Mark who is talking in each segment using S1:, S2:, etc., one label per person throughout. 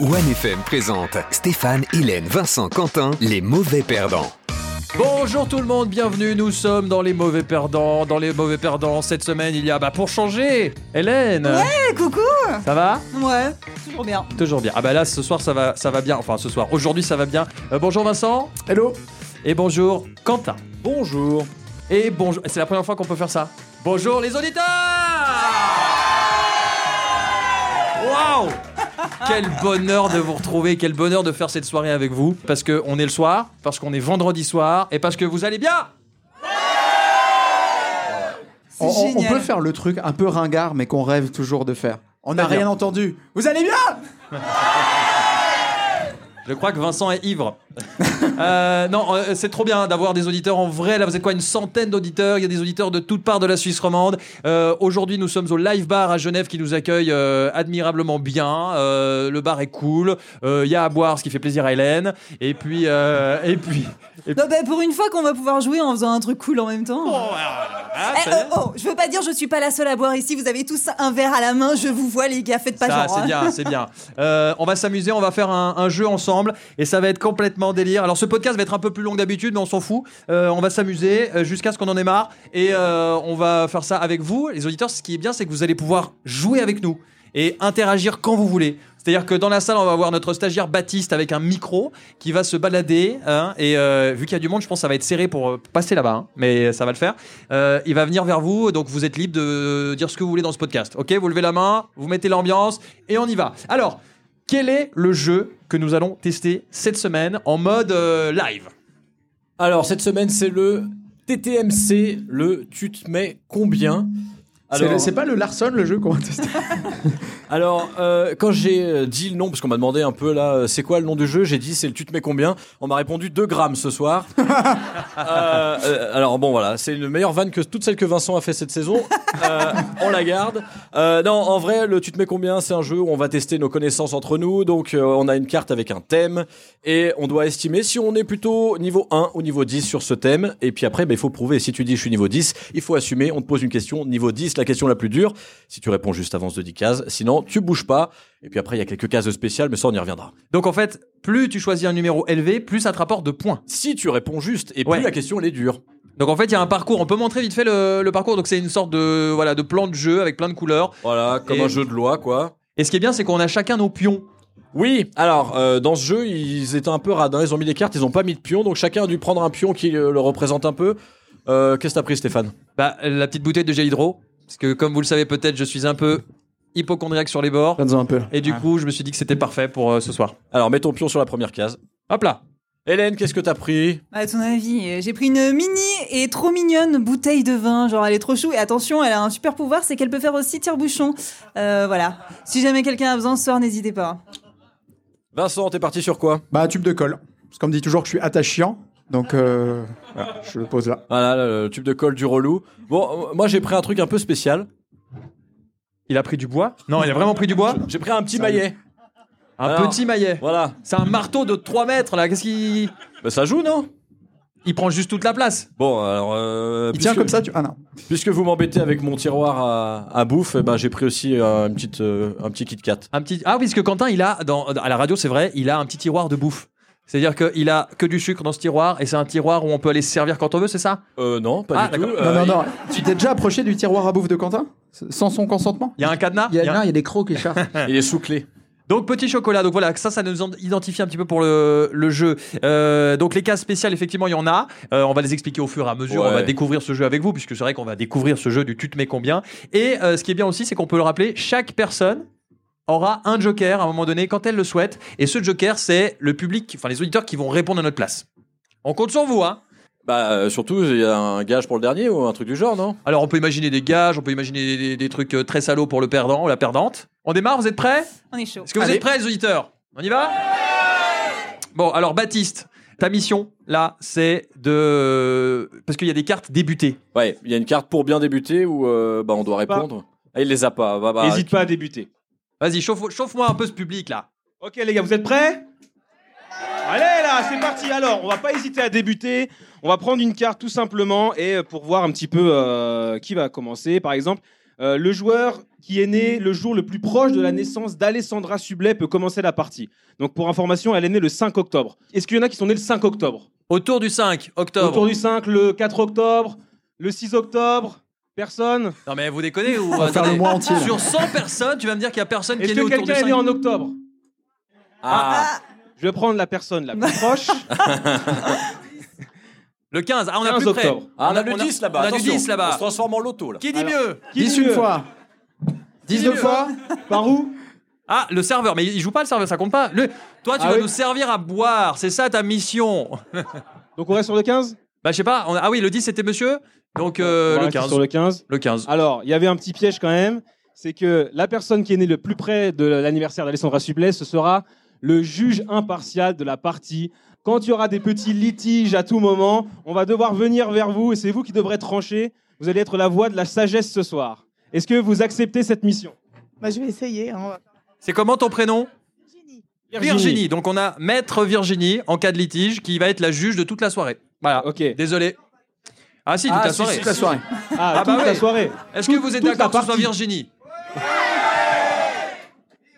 S1: OneFM présente Stéphane, Hélène, Vincent, Quentin, les mauvais perdants.
S2: Bonjour tout le monde, bienvenue. Nous sommes dans les mauvais perdants. Dans les mauvais perdants, cette semaine, il y a bah pour changer, Hélène.
S3: Eh, coucou
S2: Ça va
S3: Ouais, toujours bien.
S2: Toujours bien. Ah bah là, ce soir, ça va, ça va bien. Enfin, ce soir, aujourd'hui, ça va bien. Euh, bonjour Vincent.
S4: Hello.
S2: Et bonjour Quentin.
S4: Bonjour.
S2: Et bonjour. C'est la première fois qu'on peut faire ça. Bonjour les auditeurs. Waouh quel bonheur de vous retrouver, quel bonheur de faire cette soirée avec vous, parce qu'on est le soir, parce qu'on est vendredi soir, et parce que vous allez bien
S3: C'est
S4: On, on- on
S3: génial.
S4: peut faire le truc un peu ringard, mais qu'on rêve toujours de faire. On n'a
S2: Très bien.
S4: rien entendu. Vous allez bien
S2: Je crois que Vincent est ivre. Euh, non, euh, c'est trop bien d'avoir des auditeurs en vrai. Là, vous êtes quoi Une centaine d'auditeurs. Il y a des auditeurs de toutes parts de la Suisse romande. Euh, Aujourd'hui, nous sommes au Live Bar à Genève qui nous accueille euh, admirablement bien. Euh, le bar est cool. Euh, Il y a à boire, ce qui fait plaisir à Hélène. Et puis, euh, et puis. et puis-
S3: Non, bah, pour une fois qu'on va pouvoir jouer en faisant un truc cool en même temps.
S2: Ah,
S3: Eh,
S2: ça y est.
S3: euh, oh, je veux pas dire je suis pas la seule à boire ici, vous avez tous un verre à la main, je vous vois les gars, faites pas
S2: Ça,
S3: genre.
S2: c'est
S3: hein.
S2: bien, c'est bien. Euh, on va s'amuser, on va faire un, un jeu ensemble et ça va être complètement délire. Alors ce podcast va être un peu plus long que d'habitude, mais on s'en fout. Euh, on va s'amuser euh, jusqu'à ce qu'on en ait marre et euh, on va faire ça avec vous, les auditeurs. Ce qui est bien, c'est que vous allez pouvoir jouer avec nous et interagir quand vous voulez. C'est-à-dire que dans la salle, on va avoir notre stagiaire Baptiste avec un micro qui va se balader. hein, et euh, vu qu'il y a du monde, je pense que ça va être serré pour euh, passer là-bas, hein, mais ça va le faire. Euh, il va venir vers vous, donc vous êtes libre de dire ce que vous voulez dans ce podcast. Ok, vous levez la main, vous mettez l'ambiance et on y va. Alors, quel est le jeu que nous allons tester cette semaine en mode euh, live
S5: Alors cette semaine c'est le TTMC, le tu te mets combien
S4: C'est le-
S5: alors,
S4: C'est pas le Larson le jeu qu'on va tester
S5: alors, euh, quand j'ai euh, dit le nom, parce qu'on m'a demandé un peu là, euh, c'est quoi le nom du jeu, j'ai dit c'est le tu te mets combien. On m'a répondu 2 grammes ce soir. Euh, euh, alors bon voilà, c'est le meilleur van que toutes celles que Vincent a fait cette saison. Euh, on la garde. Euh, non, en vrai, le tu te mets combien, c'est un jeu où on va tester nos connaissances entre nous. Donc euh, on a une carte avec un thème et on doit estimer si on est plutôt niveau 1 ou niveau 10 sur ce thème. Et puis après, ben, il faut prouver. Si tu dis je suis niveau 10, il faut assumer. On te pose une question niveau 10, la question la plus dure. Si tu réponds juste avance de 10 cases, sinon tu bouges pas. Et puis après, il y a quelques cases spéciales, mais ça on y reviendra.
S2: Donc en fait, plus tu choisis un numéro élevé, plus ça te rapporte de points.
S5: Si tu réponds juste et plus
S2: Ouais.
S5: la question elle est dure.
S2: Donc en fait, il y a un parcours. On peut montrer vite fait le, le parcours. Donc c'est une sorte de voilà de plan de jeu avec plein de couleurs.
S5: Voilà, comme
S2: Et-
S5: un jeu de loi quoi.
S2: Et ce qui est bien, c'est qu'on a chacun nos pions.
S5: Oui, alors euh, dans ce jeu, ils étaient un peu radins, ils ont mis des cartes, ils ont pas mis de pions, donc chacun a dû prendre un pion qui euh, le représente un peu. Euh, Qu'est-ce que t'as pris Stéphane
S2: Bah la petite bouteille de gel hydro, parce que comme vous le savez peut-être, je suis un peu hypochondriaque sur les bords.
S4: Regarde-en un peu.
S2: Et du coup, je me suis dit que c'était parfait pour euh, ce soir.
S5: Alors mets ton pion sur la première case.
S2: Hop là.
S5: Hélène, qu'est-ce que t'as pris
S3: À ton avis, euh, j'ai pris une mini et trop mignonne bouteille de vin, genre elle est trop chou et attention, elle a un super pouvoir, c'est qu'elle peut faire aussi tire-bouchon. Euh, voilà. Si jamais quelqu'un a besoin ce soir, n'hésitez pas.
S5: Vincent, t'es parti sur quoi
S4: Bah, un tube de colle. Parce qu'on me dit toujours que je suis attachant. Donc, euh, voilà, je le pose là.
S5: Voilà, le, le tube de colle du relou. Bon, euh, moi j'ai pris un truc un peu spécial.
S2: Il a pris du bois Non, il a vraiment pris du bois
S5: J'ai pris un petit
S4: Sérieux
S5: maillet.
S2: Un
S5: Alors-
S2: petit maillet.
S5: Voilà.
S2: C'est un marteau de 3 mètres là. Qu'est-ce qu'il.
S5: Bah, ça joue, non
S2: Il prend juste toute la place.
S5: Bon, alors... euh,
S4: Il
S5: puisque-
S4: tient comme ça, tu. Ah non.
S5: Puisque vous m'embêtez avec mon tiroir à, à bouffe, eh ben, j'ai pris aussi euh, une petite, euh, un petit Kit Kat.
S2: Un petit... Ah oui, parce que Quentin, il a, dans... à la radio, c'est vrai, il a un petit tiroir de bouffe. C'est-à-dire qu'il a que du sucre dans ce tiroir et c'est un tiroir où on peut aller se servir quand on veut, c'est ça
S5: Euh, non, pas
S2: Ah,
S5: du tout.
S2: d'accord.
S5: Euh,
S4: non, non, non. Tu t'es déjà approché du tiroir à bouffe de Quentin Sans son consentement
S2: Il y a un cadenas
S4: il y,
S2: Il y a-
S4: a, non, il y a des crocs qui échappent.
S5: il- Il est sous clé.
S2: Donc petit chocolat, donc voilà, ça, ça nous en- identifie un petit peu pour le, le jeu. Euh, donc les cases spéciales, effectivement, il y en a. Euh, on va les expliquer au fur et à mesure.
S5: Ouais.
S2: On va découvrir ce jeu avec vous, puisque c'est vrai qu'on va découvrir ce jeu du tu te mets combien. Et euh, ce qui est bien aussi, c'est qu'on peut le rappeler, chaque personne aura un joker à un moment donné quand elle le souhaite. Et ce joker, c'est le public, enfin les auditeurs qui vont répondre à notre place. On compte sur vous, hein
S5: Bah euh, surtout, il y a un gage pour le dernier ou un truc du genre, non
S2: Alors on peut imaginer des gages, on peut imaginer des, des trucs euh, très salauds pour le perdant ou la perdante. On démarre, vous êtes prêts
S3: On est chaud.
S2: Est-ce que vous
S5: Allez.
S2: êtes prêts, les auditeurs On y va Bon, alors Baptiste, ta mission, là, c'est de... Parce qu'il y a des cartes débutées.
S5: Ouais, il y a une carte pour bien débuter ou euh, bah, on doit répondre. Ah, il les a pas. Bah, bah,
S6: N'hésite pas à débuter.
S2: Vas-y, chauffe- chauffe-moi un peu ce public, là.
S6: Ok les gars, vous êtes prêts Allez là, c'est parti. Alors, on va pas hésiter à débuter. On va prendre une carte tout simplement et euh, pour voir un petit peu euh, qui va commencer. Par exemple, euh, le joueur qui est né le jour le plus proche de la naissance d'Alessandra Sublet peut commencer la partie. Donc pour information, elle est née le 5 octobre. Est-ce qu'il y en a qui sont nés le 5 octobre
S2: Autour du 5 octobre.
S6: Autour du 5, le 4 octobre, le 6 octobre Personne
S2: Non mais vous déconnez ou
S4: On va faire
S2: attendez.
S4: le mois entier. là.
S2: Sur 100 personnes, tu vas me dire qu'il y a personne qui
S6: Est-ce
S2: est né
S6: que
S2: autour du
S6: quelqu'un
S2: 5
S6: est né en octobre
S5: Ah,
S6: Je vais prendre la personne la plus proche.
S2: Le 15, ah on a
S6: 15
S2: plus près.
S6: octobre.
S5: Ah, on a
S2: on
S5: le
S2: a-
S5: 10 là-bas.
S2: on a du
S5: attention.
S2: 10 là-bas.
S5: On se transforme en loto là.
S2: Qui dit
S6: Alors.
S2: mieux
S6: Qui
S4: Dix
S6: dit
S4: une
S6: mieux
S4: fois.
S6: Dix deux fois Par où
S2: Ah, le serveur, mais il joue pas le serveur, ça compte pas. Le... Toi, tu
S6: Ah
S2: vas
S6: oui.
S2: nous servir à boire, c'est ça ta mission.
S6: Donc on reste sur le 15
S2: Bah je sais pas, on a- ah oui, le 10 c'était monsieur, donc euh,
S6: On va
S2: le
S6: rester
S2: 15.
S6: Sur le 15.
S2: Le 15.
S6: Alors, il y avait un petit piège quand même, c'est que la personne qui est née le plus près de l'anniversaire d'Alessandra Sublet, ce sera le juge impartial de la partie. Quand il y aura des petits litiges à tout moment, on va devoir venir vers vous et c'est vous qui devrez trancher. Vous allez être la voix de la sagesse ce soir. Est-ce que vous acceptez cette mission
S7: Bah, je vais essayer. hein.
S2: C'est comment ton prénom Virginie. Donc on a maître Virginie en cas de litige qui va être la juge de toute la soirée. Voilà.
S6: Ok.
S2: Désolé. Ah si, toute
S5: Ah,
S2: la
S5: si,
S2: soirée.
S5: si,
S4: Toute la soirée.
S6: Ah,
S2: Ah bah
S6: toute
S2: ouais.
S6: la soirée.
S2: Est-ce que vous êtes
S6: toute la
S2: d'accord que ce soit
S6: partie.
S2: Virginie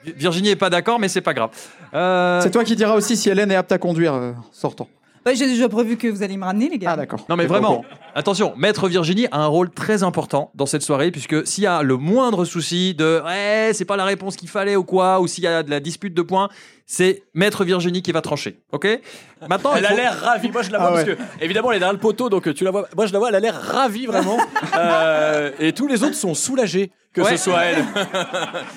S2: Vi- Virginie est pas d'accord, mais c'est pas grave. Euh,
S4: C'est toi qui diras aussi si Hélène est apte à conduire euh, en sortant.
S3: Bah, J'ai déjà prévu que vous allez me ramener, les gars.
S4: Ah d'accord.
S2: Non mais vraiment, attention, Maître Virginie a un rôle très important dans cette soirée puisque s'il y a le moindre souci de ouais c'est pas la réponse qu'il fallait ou quoi ou s'il y a de la dispute de points, c'est Maître Virginie qui va trancher, ok Maintenant,
S5: Elle
S2: il
S5: a
S2: faut-
S5: l'air ravie. Moi, je la vois
S4: Oh, Ah ouais.
S5: parce que, évidemment, elle est derrière le poteau, donc euh, tu la vois. Moi, je la vois, elle a l'air ravie vraiment. Euh, et tous les autres sont soulagés que
S2: Ouais.
S5: ce soit elle.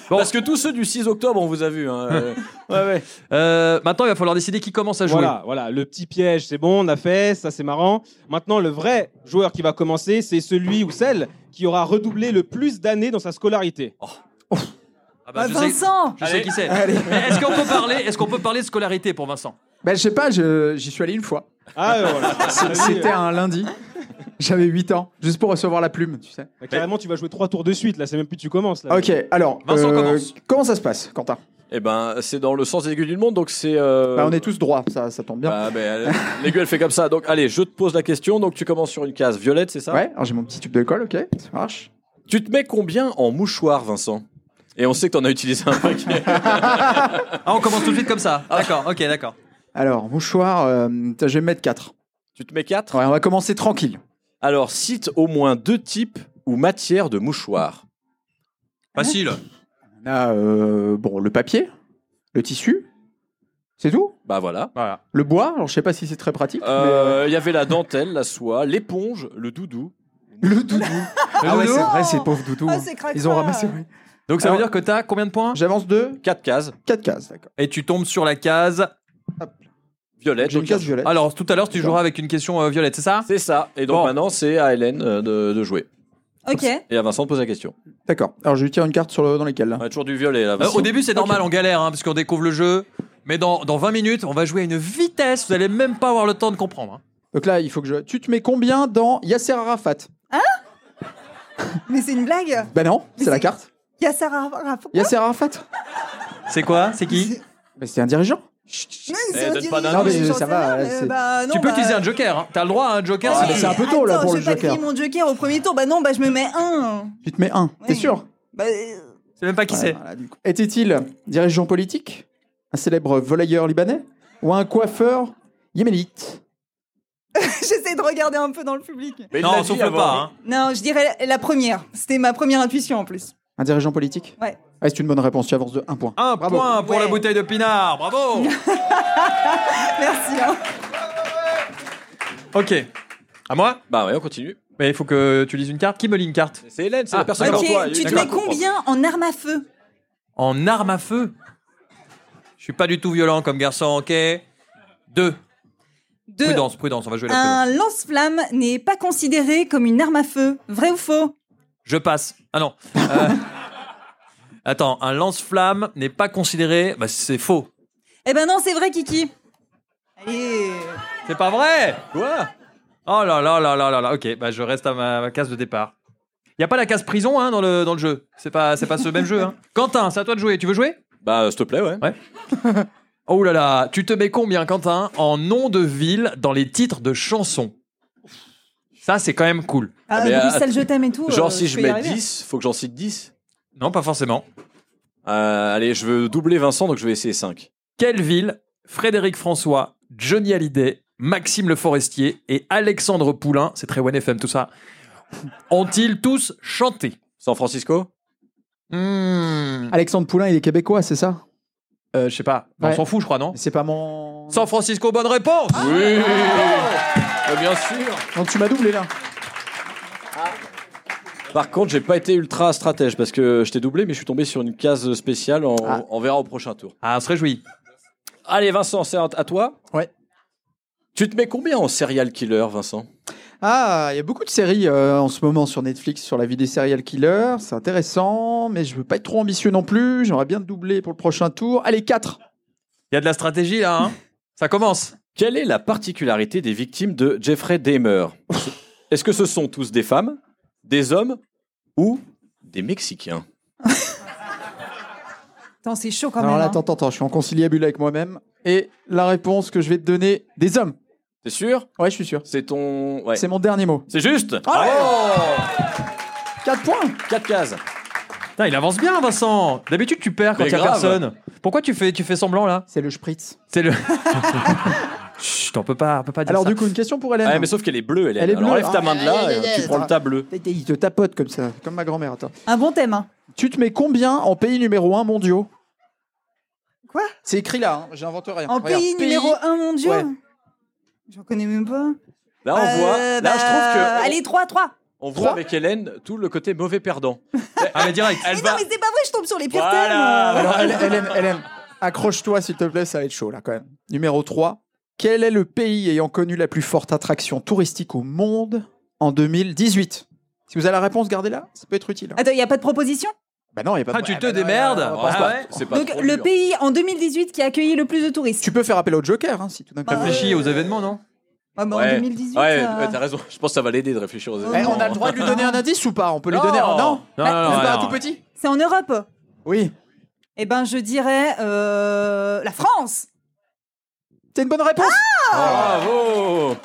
S2: Bon.
S5: Parce que tous ceux du 6 octobre, on vous a vu. hein, euh,
S2: Euh, maintenant il va falloir décider qui commence à jouer.
S6: Voilà, voilà, le petit piège, c'est bon, on a fait, ça c'est marrant. Maintenant, le vrai joueur qui va commencer, c'est celui ou celle qui aura redoublé le plus d'années dans sa scolarité.
S2: Ah bah,
S3: Bah,
S2: je sais-
S3: Vincent
S2: Je sais qui c'est. Mais Est-ce qu'on peut parler Est-ce qu'on peut parler de scolarité pour Vincent
S4: Ben je sais pas, je- j'y suis allé une fois.
S6: Ah, euh, voilà.
S4: C'est- C'était un lundi. J'avais 8 ans, juste pour recevoir la plume, tu sais.
S6: Bah, carrément, tu vas jouer trois tours de suite, là, c'est même plus tu commences. Là.
S4: Ok, alors euh,
S2: Vincent commence.
S4: comment ça se passe, Quentin
S5: Eh ben, c'est dans le sens aigu du monde, donc c'est. euh,
S4: Bah, On est tous droits, ça, ça tombe bien.
S5: Bah, ben, elle- L'aigu, elle fait comme ça. Donc, allez, je te pose la question. Donc, tu commences sur une case violette, c'est ça
S4: Ouais, alors j'ai mon petit tube de colle, ok, ça marche.
S5: Tu te mets combien en mouchoir, Vincent Et on sait que t'en as utilisé un paquet.
S2: Ah, on commence tout de suite comme ça. D'accord. Ok, d'accord.
S4: Alors, mouchoir, euh, tiens, je vais mettre 4.
S5: tu te mets 4
S4: Ouais, on va commencer tranquille.
S5: Alors, cite au moins deux types ou matières de mouchoirs.
S2: Facile.
S4: On a, euh, bon, le papier, le tissu, c'est tout
S5: Bah voilà.
S2: Voilà.
S4: Le bois, alors je sais pas si c'est très pratique, mais,
S5: Euh, Il y avait la dentelle, la soie, l'éponge, le doudou.
S4: euh, le doudou. ah ouais,
S2: doudou
S4: c'est vrai, ces pauvres doudous.
S7: Ah,
S4: hein.
S7: c'est
S3: Oh,
S7: cracra.
S4: Ils ont ramassé. oui.
S2: Donc ça veut
S4: Alors-
S2: dire que t'as combien de points
S4: J'avance de
S5: 4 cases
S4: 4 cases, d'accord.
S2: Et tu tombes sur la case.
S5: violettes.
S4: J'ai une
S5: donc-
S4: case violette.
S2: Alors tout à l'heure tu joueras avec une question euh, violette, c'est ça
S5: C'est ça. Et donc
S2: Bon.
S5: maintenant, c'est à Hélène euh, de, de jouer.
S3: Ok.
S5: Et à Vincent de poser la question.
S4: D'accord. Alors je lui tire une carte sur le- dans lesquelles là
S5: On a toujours du violet là.
S2: Euh,
S5: Vincent.
S2: au début, c'est normal, on galère, hein, parce qu'on découvre le jeu. Mais dans, dans 20 minutes, on va jouer à une vitesse, vous allez même pas avoir le temps de comprendre. hein.
S4: Donc là, il faut que je. Tu te mets combien dans Yasser Arafat
S7: Mais c'est une blague.
S4: Ben non, c'est la carte.
S7: Il y a Sarah. Raphaël.
S4: Yasser Arafat
S2: C'est quoi C'est qui
S4: Ben c'est un dirigeant.
S7: Non,
S5: Eh,
S7: c'est
S5: donne
S7: un
S5: pas
S7: dirigeant,
S5: d'indice. Non, mais
S7: c'est
S4: ça
S7: j'en sais
S4: va,
S7: rien,
S4: là,
S7: euh,
S4: c'est-
S7: bah, non,
S2: Tu peux
S7: bah,
S2: utiliser un joker, hein. t'as le droit à un joker
S4: Ah,
S2: si
S4: mais
S2: tu-
S4: c'est un peu tôt là
S7: Attends,
S4: pour le
S7: j'ai pas
S4: joker.
S7: crié mon joker au premier tour. Bah non, bah je me mets un.
S4: Tu te mets un, t'es
S7: Oui.
S4: sûr
S7: Bah, euh,
S2: C'est même pas qui
S4: Ouais, bah,
S2: c'est.
S4: voilà, du coup. Était-il dirigeant politique Un célèbre volleyeur libanais Ou un coiffeur yéménite
S7: j'essaie de regarder un peu dans le public.
S5: Mais il
S2: Non,
S5: l'a
S2: on
S5: dit
S2: souffle
S5: avant.
S2: pas. hein.
S7: Non, je dirais la- la première. C'était ma première intuition en plus.
S4: Un dirigeant politique
S7: Ouais.
S4: Ah, c'est une bonne réponse, tu avances de 1 point.
S2: Un
S4: hein. Bravo.
S2: point pour la
S7: Ouais.
S2: bouteille de pinard, bravo
S7: Merci. hein.
S2: Ok, à moi
S5: Bah ouais, on continue.
S2: Mais il faut que tu lises une carte. Qui me lit une carte
S5: C'est Hélène, c'est
S2: Ah,
S5: la personne
S2: D'accord,
S7: Ok,
S5: devant toi.
S7: tu te
S2: d'accord.
S7: mets combien en arme à feu
S2: En arme à feu Je suis pas du tout violent comme garçon, ok Deux.
S7: Deux.
S2: Prudence, prudence, on va jouer la prudence.
S7: Un lance-flamme n'est pas considéré comme une arme à feu. Vrai ou faux
S2: Je passe. Ah non. Euh, Attends, un lance-flamme n'est pas considéré. Bah, c'est faux.
S7: Eh ben non, c'est vrai, Kiki. Allez.
S2: C'est pas vrai Quoi Oh là là là là là là. Ok, bah je reste à ma, ma case de départ. Y a pas la case prison hein, dans, le, dans le jeu. C'est pas, c'est pas ce même jeu. Hein. Quentin, c'est à toi de jouer. Tu veux jouer
S5: Bah, euh, s'il te plaît, ouais.
S2: Oh là là, tu te mets combien, Quentin, en nom de ville dans les titres de chansons Ça, c'est quand même cool.
S7: Ah,
S5: mais,
S7: en
S5: euh,
S7: plus, celle Ah, je t'aime et tout.
S5: Genre,
S7: euh,
S5: si je
S7: peux y
S5: mets
S7: arriver.
S5: 10, faut que j'en cite 10.
S2: Non, pas forcément.
S5: Euh, allez, je veux doubler Vincent, donc je vais essayer 5.
S8: Quelle ville Frédéric François, Johnny Hallyday, Maxime Le Forestier et Alexandre Poulain, c'est très 1FM tout ça, ont-ils tous chanté
S5: San Francisco
S2: Hmm.
S4: Alexandre Poulain, il est québécois, c'est ça
S8: Euh, Je sais pas, on
S4: Ouais.
S8: s'en fout je crois, non
S4: C'est pas mon.
S2: San Francisco, bonne réponse
S5: Oui Euh, Bien sûr
S4: Donc tu m'as doublé là.
S5: Par contre, j'ai pas été ultra stratège parce que je t'ai doublé, mais je suis tombé sur une case spéciale. On,
S4: Ah.
S5: on verra au prochain tour.
S2: Ah, on se réjouit.
S5: Allez, Vincent, c'est à à toi
S4: Ouais.
S5: Tu te mets combien en serial killer, Vincent
S4: Ah, il y a beaucoup de séries euh, en ce moment sur Netflix sur la vie des serial killers. C'est intéressant, mais je veux pas être trop ambitieux non plus. J'aimerais bien doubler pour le prochain tour. Allez, 4
S2: Il y a de la stratégie là, hein Ça commence.
S5: Quelle est la particularité des victimes de Jeffrey Dahmer Est-ce que ce sont tous des femmes, des hommes ou des Mexicains
S3: Attends, c'est chaud quand
S4: Alors
S3: même.
S4: là,
S3: hein.
S4: attends, attends, attends, je suis en conciliabule avec moi-même. Et la réponse que je vais te donner, des hommes.
S5: T'es sûr
S4: Ouais, je suis sûr.
S5: C'est ton. Ouais.
S4: C'est Ah mon dernier mot.
S5: C'est juste Oh
S4: 4 points
S5: Quatre cases
S4: Ah
S2: Putain, il avance bien, Vincent. D'habitude, tu perds quand
S5: Mais
S2: il y a
S5: grave.
S2: personne. Pourquoi tu fais, tu fais semblant là
S4: C'est le spritz.
S2: C'est le. Chut, on peut pas, on peut pas dire
S4: Alors
S2: ça.
S4: du coup, une question pour Hélène.
S5: Ouais, mais sauf qu'elle est bleue, Hélène.
S4: Elle est bleue.
S5: Alors lève ta
S4: Ah,
S5: main de là,
S4: aïe, aïe,
S5: euh, tu
S4: aïe,
S5: prends
S4: aïe.
S5: le tas bleu.
S4: Il te tapote comme ça, comme ma grand-mère. Attends.
S3: Un bon thème. hein.
S4: Tu te mets combien en pays numéro 1 mondiaux
S3: Quoi
S4: C'est écrit là, hein, j'invente rien.
S3: En
S4: Regarde,
S3: pays, numéro 1 mondial
S4: Ouais.
S3: J'en connais même pas. Euh, bah,
S5: Là, on voit. Là, je trouve que.
S3: Allez, 3, 3.
S5: On voit
S4: Euh, bah, Trois.
S5: avec Hélène tout le côté mauvais perdant.
S2: Ah, mais direct.
S5: Elle
S3: Mais
S5: va-
S3: non, mais c'est pas vrai, je tombe sur les pires
S5: Voilà.
S3: thèmes.
S4: Alors, Hélène, Hélène, Hélène, accroche-toi s'il te plaît, ça va être chaud là quand même. Numéro 3. Quel est le pays ayant connu la plus forte attraction touristique au monde en 2018 Si vous avez la réponse, gardez-la, ça peut être utile. hein.
S3: Attends, il n'y a pas de proposition
S4: Bah non, il y a pas de-
S2: Ah, tu
S4: bah
S2: te
S4: non,
S2: démerdes.
S4: on va pas
S2: Ah
S4: se battre.
S2: ouais
S5: C'est pas
S3: Donc,
S5: trop
S3: le
S5: dur.
S3: pays en 2018 qui a accueilli le plus de touristes.
S4: Tu peux faire appel au Joker hein, si tout d'un coup.
S3: Bah, ouais.
S2: Réfléchis aux événements, non
S3: Ah, bah,
S5: Ouais.
S3: En 2018.
S5: Ouais,
S3: euh,
S5: ouais, t'as raison. Je pense que ça va l'aider de réfléchir aux
S4: Eh,
S5: événements.
S4: on a le droit de lui donner un indice ou pas On peut lui donner un. Non
S2: Non,
S4: C'est
S2: non, non,
S4: pas
S2: non.
S4: tout petit
S3: C'est en Europe
S4: Oui.
S3: Eh ben, je dirais euh, la France.
S4: C'est une bonne réponse
S5: Bravo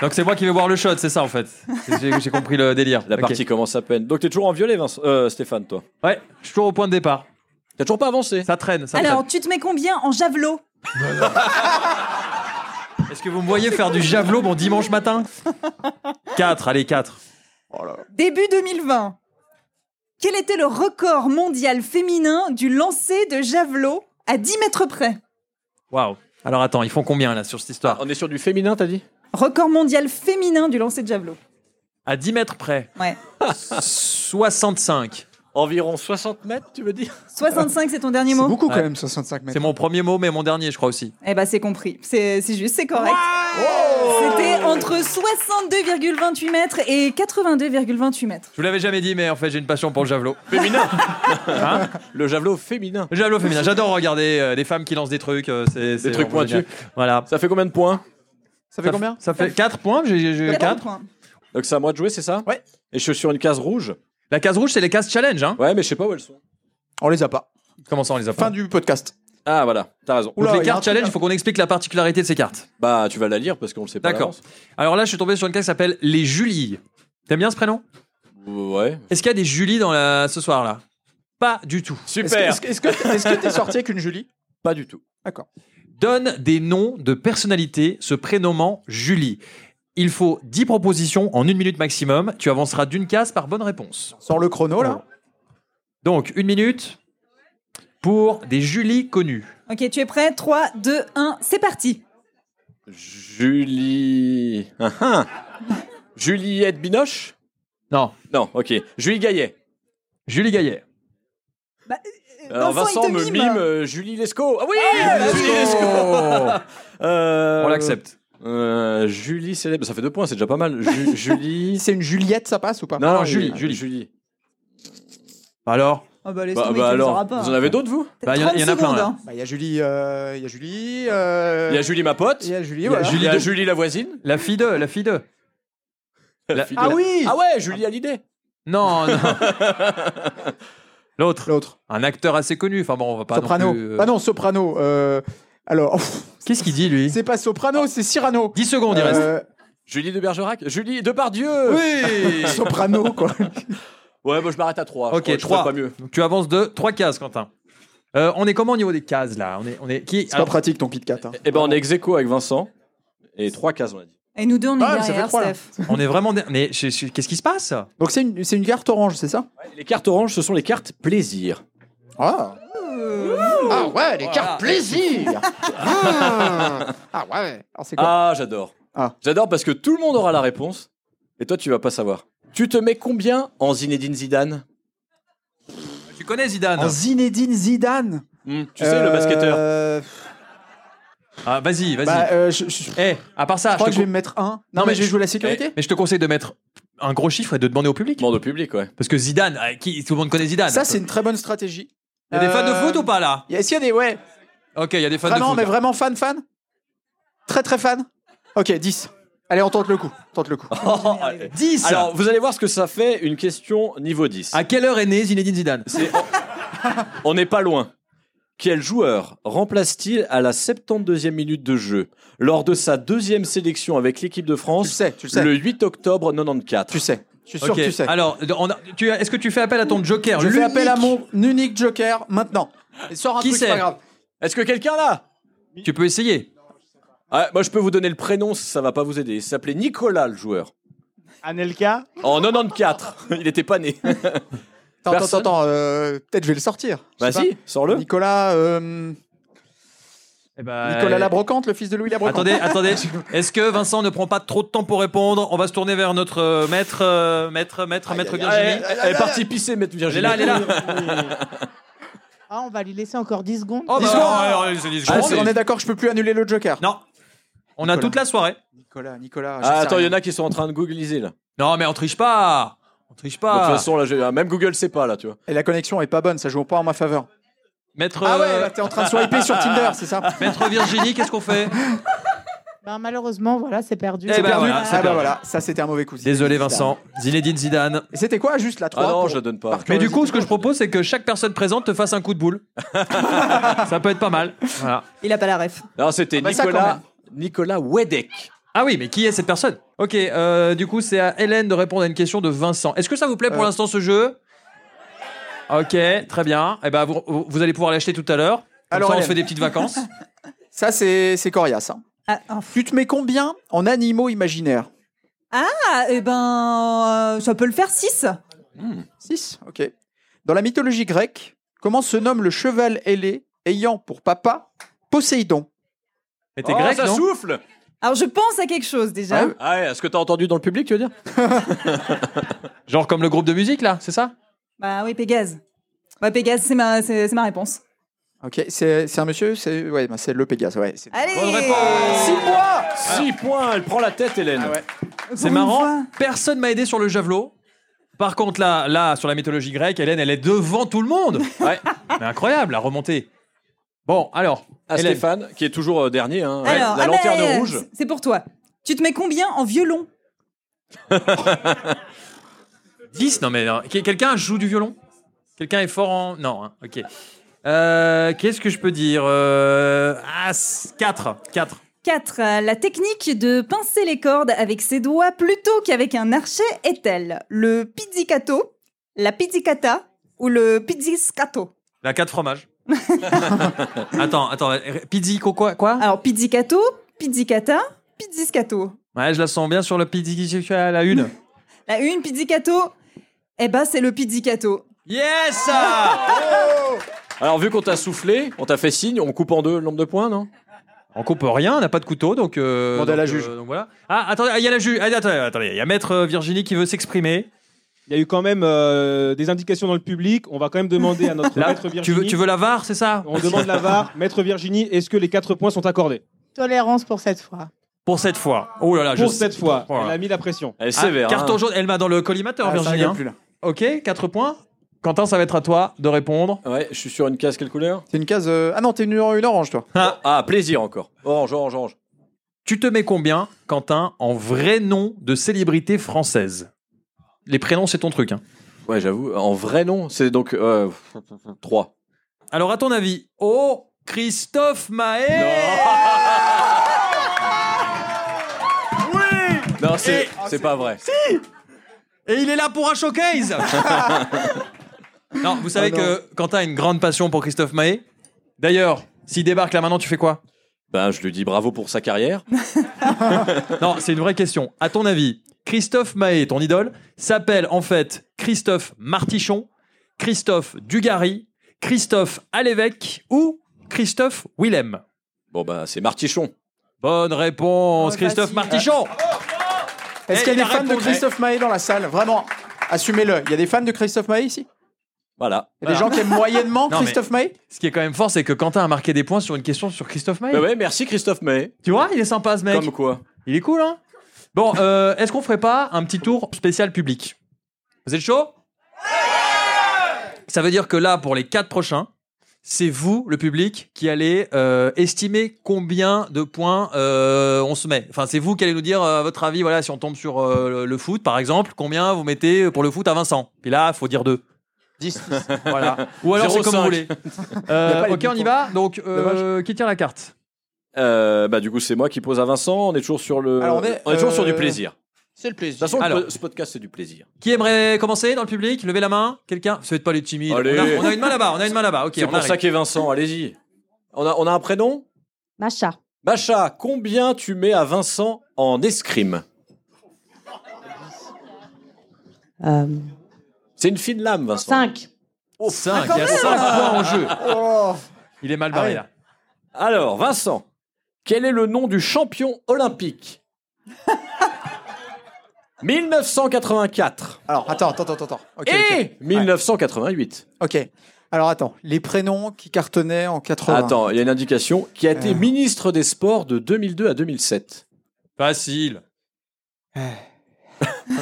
S2: Donc c'est moi qui vais boire le shot, c'est ça en fait. J'ai j'ai compris le délire.
S5: La
S2: Ok.
S5: partie commence à peine. Donc t'es toujours en violet, Vincent, euh, Stéphane, toi.
S2: Ouais, je suis toujours au point de départ.
S5: T'as toujours pas avancé.
S2: Ça traîne, ça
S3: Alors, tu te mets combien en javelot
S2: traîne. Est-ce que vous me voyez faire du javelot mon dimanche matin 4, allez 4.
S3: Début 2020. Quel était le record mondial féminin du lancer de javelot à 10 mètres près
S2: Waouh. Alors attends, ils font combien là sur cette histoire
S5: On est sur du féminin, t'as dit
S3: Record mondial féminin du lancer de javelot.
S2: À 10 mètres près.
S3: Ouais.
S2: 65.
S5: Environ 60 mètres, tu veux dire
S3: 65, c'est ton dernier
S4: C'est
S3: mot
S4: beaucoup
S2: Ouais.
S4: quand même, 65 mètres.
S2: C'est mon premier mot, mais mon dernier, je crois aussi.
S3: Eh ben, c'est compris. C'est c'est juste, c'est correct. C'était entre 62,28 mètres et 82,28 mètres.
S2: Je vous l'avais jamais dit, mais en fait, j'ai une passion pour le javelot.
S5: Féminin
S2: Hein
S5: Le javelot féminin.
S2: le javelot féminin. J'adore regarder euh, des femmes qui lancent des trucs. euh, c'est- c'est
S5: trucs
S2: vraiment
S5: pointus.
S2: génial. Voilà.
S5: Ça fait combien de points
S4: Ça fait combien
S2: Ça fait 4 points. J'ai 4.
S3: Point.
S5: Donc c'est à moi de jouer, c'est ça
S4: Ouais.
S5: Et je suis sur une case rouge.
S2: La case rouge, c'est les cases challenge. Hein
S5: Ouais, mais je sais pas où elles sont.
S4: On les a pas.
S2: Comment ça, on les a
S4: Fin
S2: pas
S4: du podcast.
S5: Ah voilà, t'as raison.
S2: Donc
S4: Oula,
S2: les
S4: il y a un
S2: cartes
S4: truc
S2: challenge,
S4: là.
S2: il faut qu'on explique la particularité de ces cartes.
S5: Bah tu vas la lire parce qu'on le sait pas. à
S2: D'accord.
S5: l'avance.
S2: Alors là, je suis tombé sur une carte qui s'appelle les Julie. T'aimes bien ce prénom
S5: Ouais.
S2: Est-ce qu'il y a des Julie dans la... ce soir là Pas du tout.
S4: Est-ce que- Est-ce que- est-ce que est-ce que t'es sorti avec une Julie
S5: Pas du tout.
S2: Donne des noms de personnalités se prénommant Julie. Il faut 10 propositions en une minute maximum. Tu avanceras d'une case par bonne réponse.
S4: Sors le chrono là.
S2: Donc, une minute pour des Julie connues.
S3: Ok, tu es prêt 3, 2, 1, c'est parti.
S5: Julie. Ah, ah. Juliette Binoche
S2: Non,
S5: Non, ok. Julie Gaillet.
S2: Julie Gaillet.
S5: Alors Vincent,
S3: il te
S5: me mime, euh, Julie Lescaut. Ah oui Julie Lescaut Euh,
S2: On l'accepte.
S5: euh, Julie Célèbre, ça fait deux points, c'est déjà pas mal. Ju- Julie.
S4: C'est une Juliette, ça passe ou pas
S5: Non, non,
S2: Ah,
S5: Julie,
S2: oui.
S5: Julie, Julie.
S2: Alors
S3: Ah bah, laisse
S5: Bah,
S3: tomber,
S5: bah
S3: tu le
S5: alors,
S3: sauras pas.
S5: vous en avez d'autres, vous
S2: Bah, il y en a-
S3: 30
S2: il y en a plein,
S3: secondes,
S2: là.
S3: hein.
S4: Bah, il y a Julie. euh, Il y a Julie. euh,
S5: Il y a Julie, ma pote.
S4: il y a Julie,
S5: Il y a
S4: voilà.
S5: Julie, il y a
S2: de-
S5: Julie la voisine.
S2: La fille 2, la fille 2.
S5: La
S2: La-
S5: fille de
S4: Ah
S5: la-
S4: oui
S5: Ah ouais, Julie Hallyday.
S2: Non, non. L'autre,
S4: L'autre.
S2: un acteur assez connu. Enfin bon, on va pas
S4: Soprano.
S2: non plus. euh,
S4: Ah non, Soprano. euh, Alors, pff,
S2: Qu'est-ce qu'il dit lui
S4: c'est pas Soprano, c'est Cyrano.
S2: 10 secondes, il reste.
S4: Euh,
S5: Julie de Bergerac. Julie de Bardieu.
S2: Oui
S4: Soprano, quoi.
S5: Ouais, bah, je m'arrête à 3.
S2: Ok, trois.
S5: Pas mieux.
S2: Donc, tu avances de 3 cases, Quentin. Euh, on est comment au niveau des cases là On est, on est qui Ah,
S4: C'est pas pratique ton Kit Kat. hein.
S5: Eh ben, on est ex aequo avec Vincent. Et 3 cases, on a dit.
S3: hein. Et nous deux, on est
S4: Ah, mais ça fait
S3: derrière,
S4: trois, là.
S3: Steph.
S2: On est vraiment. des- Mais je- je- qu'est-ce qui se passe
S4: Donc c'est une, c'est une carte orange, c'est ça
S5: Les cartes oranges, ce sont les cartes plaisir.
S4: Ah Ah ouais, les cartes plaisir ah, Ah ouais Alors c'est quoi
S5: Ah, j'adore.
S4: Ah.
S5: J'adore parce que tout le monde aura la réponse. Et toi, tu vas pas savoir. Tu te mets combien en Zinedine Zidane
S2: Tu connais Zidane
S4: En Zinedine Zidane
S5: Hmm, Tu sais, le basketteur.
S4: Euh,
S2: Ah, Vas-y, vas-y.
S4: Bah, euh, je, je- je
S2: Eh, à part ça,
S4: crois
S2: je
S4: que
S2: te,
S4: je vais
S2: con-
S4: me mettre un.
S2: Non,
S4: Non, mais,
S2: mais
S4: je vais jouer la sécurité.
S2: mais je Eh, te conseille de mettre un gros chiffre et de demander au public.
S5: Demande au public, ouais.
S2: Parce que Zidane, euh, qui, tout le monde connaît Zidane.
S4: Ça, c'est une très bonne stratégie.
S2: Il y a des fans de
S4: Euh,
S2: foot ou pas là
S4: Est-ce qu'il y a des. Ouais,
S2: Ok, il y a des fans
S4: vraiment,
S2: de
S4: mais
S2: foot.
S4: vraiment fan, fan Très, très fan Ok, 10. Allez, on tente le coup. Tente le coup.
S5: Oh,
S2: 10
S5: Alors, vous allez voir ce que ça fait une question niveau 10.
S4: Ah.
S2: À quelle heure est né Zinedine Zidane
S5: C'est- On n'est pas loin. Quel joueur remplace-t-il à la 72e minute de jeu lors de sa deuxième sélection avec l'équipe de
S4: Tu le
S5: France
S4: sais, tu le sais.
S5: le 8 octobre 94
S4: Tu sais. Je suis sûr
S2: Ok,
S4: que tu sais.
S2: Alors, on a- tu- est-ce que tu fais appel à ton joker
S4: je fais
S2: l'unique
S4: appel à mon unique joker maintenant. Et sors un
S2: Qui
S4: truc, c'est
S2: c'est
S4: pas grave.
S5: Est-ce que quelqu'un là Ah,
S2: Tu peux essayer.
S5: Moi, je peux vous donner le prénom, ça va pas vous aider. Il s'appelait Nicolas, le joueur.
S6: Anelka
S5: En 94, il n'était pas né.
S4: Attends, attends,
S5: Personne
S4: attends. euh, Peut-être je vais le sortir. Je
S5: Bah
S4: sais
S5: si,
S4: pas.
S5: sors-le.
S4: Nicolas. euh,
S2: Eh ben,
S4: Nicolas
S2: euh,
S4: Labrocante, le fils de Louis Labrocante.
S2: Attendez, attendez. Est-ce que Vincent ne prend pas trop de temps pour répondre On va se tourner vers notre euh, maître, euh, maître, maître, maître Virginie.
S5: Elle est partie pisser, maître
S2: Elle
S5: Virginie.
S2: est là, elle est là.
S9: Ah, on va lui laisser encore 10 secondes.
S2: Oh,
S4: Dix
S2: bah,
S4: secondes.
S2: alors, alors, c'est dix
S4: Ah,
S2: secondes.
S4: c'est- on est d'accord, je peux plus annuler le joker.
S2: Non. On a
S4: Nicolas.
S2: toute la soirée.
S4: Nicolas, Nicolas.
S5: Ah, attends, il y en a qui sont en train de googliser là.
S2: Non, mais on triche pas. On triche
S4: Ah. Bah,
S5: De toute
S2: pas.
S5: façon, là, j'ai- même Google sait pas là, tu vois.
S4: Et la connexion est pas bonne, ça joue pas en ma faveur.
S2: Maître,
S4: Ah ouais,
S2: euh,
S4: bah, t'es en train de swiper sur Tinder, c'est ça
S2: maître Virginie, qu'est-ce qu'on fait
S9: Bah, malheureusement, voilà, c'est perdu.
S2: Eh
S4: C'est
S2: ben
S4: perdu
S2: voilà, c'est
S4: Ah bah
S2: perdu.
S4: voilà, ça c'était un mauvais coup.
S2: Désolé Vincent, Zinedine Zidane.
S4: Et c'était quoi juste la 3
S5: Ah non,
S4: pour-
S5: je la donne pas.
S4: par
S2: Mais du
S4: curiosité
S2: coup, ce que je propose, c'est que chaque personne présente te fasse un coup de boule. ça peut être pas mal. Voilà.
S3: Il a pas la ref.
S5: Non, c'était
S4: Ah bah ça, quand
S5: Nicolas,
S4: même.
S5: Nicolas Wedek.
S2: Ah oui, mais qui est cette personne Ok, euh, du coup, c'est à Hélène de répondre à une question de Vincent. Est-ce que ça vous plaît pour
S4: Euh.
S2: l'instant ce jeu Ok, très bien. Eh ben, vous, vous allez pouvoir l'acheter tout à l'heure. Alors,
S4: Alors,
S2: ça, on se
S4: Hélène.
S2: fait des petites vacances.
S4: Ça c'est c'est coriace. hein.
S3: Ah, oh.
S4: Tu te mets combien en animaux imaginaires
S3: Ah, eh ben, euh, ça peut le faire 6.
S4: 6, OK. Dans la mythologie grecque, comment se nomme le cheval ailé ayant pour papa Poséidon
S2: Mais t'es
S5: Oh,
S2: grec,
S5: ça
S2: non
S5: souffle
S3: Alors, je pense à quelque chose déjà.
S4: Ah,
S5: Ah ouais, est-ce que t'as entendu dans le public, tu veux dire
S2: Genre comme le groupe de musique, là, c'est ça
S3: Bah oui, Pégase. Bah, Pégase, c'est ma, c'est, c'est ma réponse.
S4: OK, c'est c'est un monsieur, c'est ouais, bah, c'est le Pégase, ouais. c'est-
S3: Allez
S2: Bonne réponse.
S4: Six mois
S5: 6 points, elle prend la tête, Hélène.
S4: Ah ouais.
S2: C'est marrant, personne m'a aidé sur le javelot. Par contre, là, là, sur la mythologie grecque, Hélène, elle est devant tout le monde.
S5: Ouais.
S2: Mais incroyable, la remontée. Bon, alors,
S5: À
S2: Hélène.
S5: Stéphane, qui est toujours euh, dernier, hein,
S3: Alors,
S5: la
S3: ah
S5: lanterne
S3: ben,
S5: rouge.
S3: C'est pour toi. Tu te mets combien en violon
S2: 10 Non, mais non. Quel- quelqu'un joue du violon Quelqu'un est fort en. Non, hein, ok. Euh, Qu'est-ce que je peux dire euh... Ah, 4. 4.
S7: 4. La technique de pincer les cordes avec ses doigts plutôt qu'avec un archet est telle Le pizzicato, la pizzicata ou le pizziscato
S2: La 4 fromages. attends, attends. ré- Pizzico quoi, quoi
S7: Alors, pizzicato, pizzicata, pizziscato.
S2: Ouais, je la sens bien sur le pizzico à la une.
S7: La une, pizzicato, eh ben, c'est le pizzicato.
S2: Yes
S5: Alors, vu qu'on t'a soufflé, on t'a fait signe, on coupe en deux le nombre de points, non
S2: On coupe rien, on n'a pas de couteau, donc. Euh,
S4: Demandez
S2: donc,
S4: à la
S2: euh,
S4: juge.
S2: donc voilà. Ah, attendez, ah, il y a la juge. Ah, Attendez, attendez, il y a Maître euh, Virginie qui veut s'exprimer.
S6: Il y a eu quand même euh, des indications dans le public. On va quand même demander à notre
S2: Là,
S6: maître Virginie.
S2: Tu veux, tu veux la VAR, c'est ça
S6: On demande la VAR. Maître Virginie, est-ce que les 4 points sont accordés
S9: Tolérance pour cette fois.
S2: Pour cette fois. Oh là là, je
S6: Pour
S2: sais-
S6: cette fois,
S2: Voilà.
S6: elle a mis la pression.
S5: Elle est
S2: Ah,
S5: sévère. hein.
S2: Carton jaune, elle m'a dans le collimateur,
S4: Ah, ça
S2: Virginie.
S4: rigole
S2: hein.
S4: plus, là.
S2: Ok, 4 points. Quentin, ça va être à toi de répondre.
S5: Ouais, je suis sur une case, quelle couleur
S4: C'est une case euh, Ah non, t'es une, une orange toi.
S5: Ah, plaisir encore. Orange, orange, orange.
S2: Tu te mets combien, Quentin, en vrai nom de célébrité française Les prénoms, c'est ton truc. hein.
S5: Ouais, j'avoue, en vrai non, c'est donc euh, 3.
S2: Alors, à ton avis, oh, Christophe Maé
S5: Non, c'est c'est pas vrai.
S2: Et il est là pour un showcase Non, vous savez
S4: Oh non.
S2: que Quentin a une grande passion pour Christophe Maé. D'ailleurs, s'il débarque là maintenant, tu fais quoi
S5: Ben, je lui dis bravo pour sa carrière.
S2: Non, c'est une vraie question. À ton avis, Christophe Maé, ton idole, s'appelle en fait Christophe Martichon, Christophe Dugarry, Christophe Alévêque ou Christophe Willem
S5: Bon, ben, c'est Martichon.
S2: Bonne réponse,
S3: Ouais,
S2: Christophe
S3: facile.
S2: Martichon
S4: Est-ce
S2: Eh,
S4: qu'il y
S2: il
S4: a
S2: a
S4: des fans de
S2: répondu.
S4: Christophe Maé dans la salle Vraiment, assumez-le. Il y a des fans de Christophe Maé ici
S5: Voilà.
S4: Il y a
S2: Voilà.
S4: des gens qui aiment moyennement
S2: Non, mais-
S4: Christophe Maé
S2: Ce qui est quand même fort, c'est que Quentin a marqué des points sur une question sur Christophe Maé.
S5: Ben ouais, merci Christophe May.
S2: Tu vois, il est sympa ce mec.
S5: Comme quoi.
S2: Il est cool, hein Bon, euh, est-ce qu'on ferait pas un petit tour spécial public Vous êtes chaud Ça veut dire que là, pour les quatre prochains, c'est vous, le public, qui allez euh, estimer combien de points euh, on se met. Enfin, c'est vous qui allez nous dire, euh, à votre avis, voilà, si on tombe sur euh, le- le foot, par exemple, combien vous mettez pour le foot à Vincent Puis là, faut dire deux.
S4: 10.
S2: Voilà. Ou alors c'est comme vous
S5: 0,5.
S2: voulez. Euh,
S4: Y a pas les
S2: ok, on y
S4: boutons.
S2: va. Donc, euh, qui tire la carte
S5: Euh, bah, du coup, c'est moi qui pose à Vincent. On est toujours sur le.
S4: Alors, on est,
S5: toujours sur du
S4: euh,
S5: plaisir.
S4: C'est le
S5: De
S4: plaisir.
S5: toute façon,
S2: Alors.
S5: le po- ce podcast, c'est du plaisir.
S2: Qui aimerait commencer dans le public Levez la main. Quelqu'un Faites pas les timides. On
S5: Allez.
S2: a, on a une main là-bas. On a une main là-bas. Ok.
S5: c'est
S2: on
S5: pour
S2: arrive.
S5: ça qu'est Vincent. Allez-y. On a, on a un prénom
S7: Macha.
S5: Macha, combien tu mets à Vincent en escrime C'est une fine lame, Vincent.
S9: 5.
S2: Oh, cinq. Il y a 5 points en jeu.
S4: Oh
S2: Il est mal barré là.
S5: Alors, Vincent, quel est le nom du champion olympique 1984
S4: Alors, attends, attends, attends, attends. Ok,
S5: et
S4: ok.
S5: 1988.
S4: Ok. Alors, attends. Les prénoms qui cartonnaient en 80.
S5: Attends, il y a une indication qui a été
S4: Euh.
S5: ministre des Sports de 2002 à 2007.
S2: Facile.
S4: Oh, Je,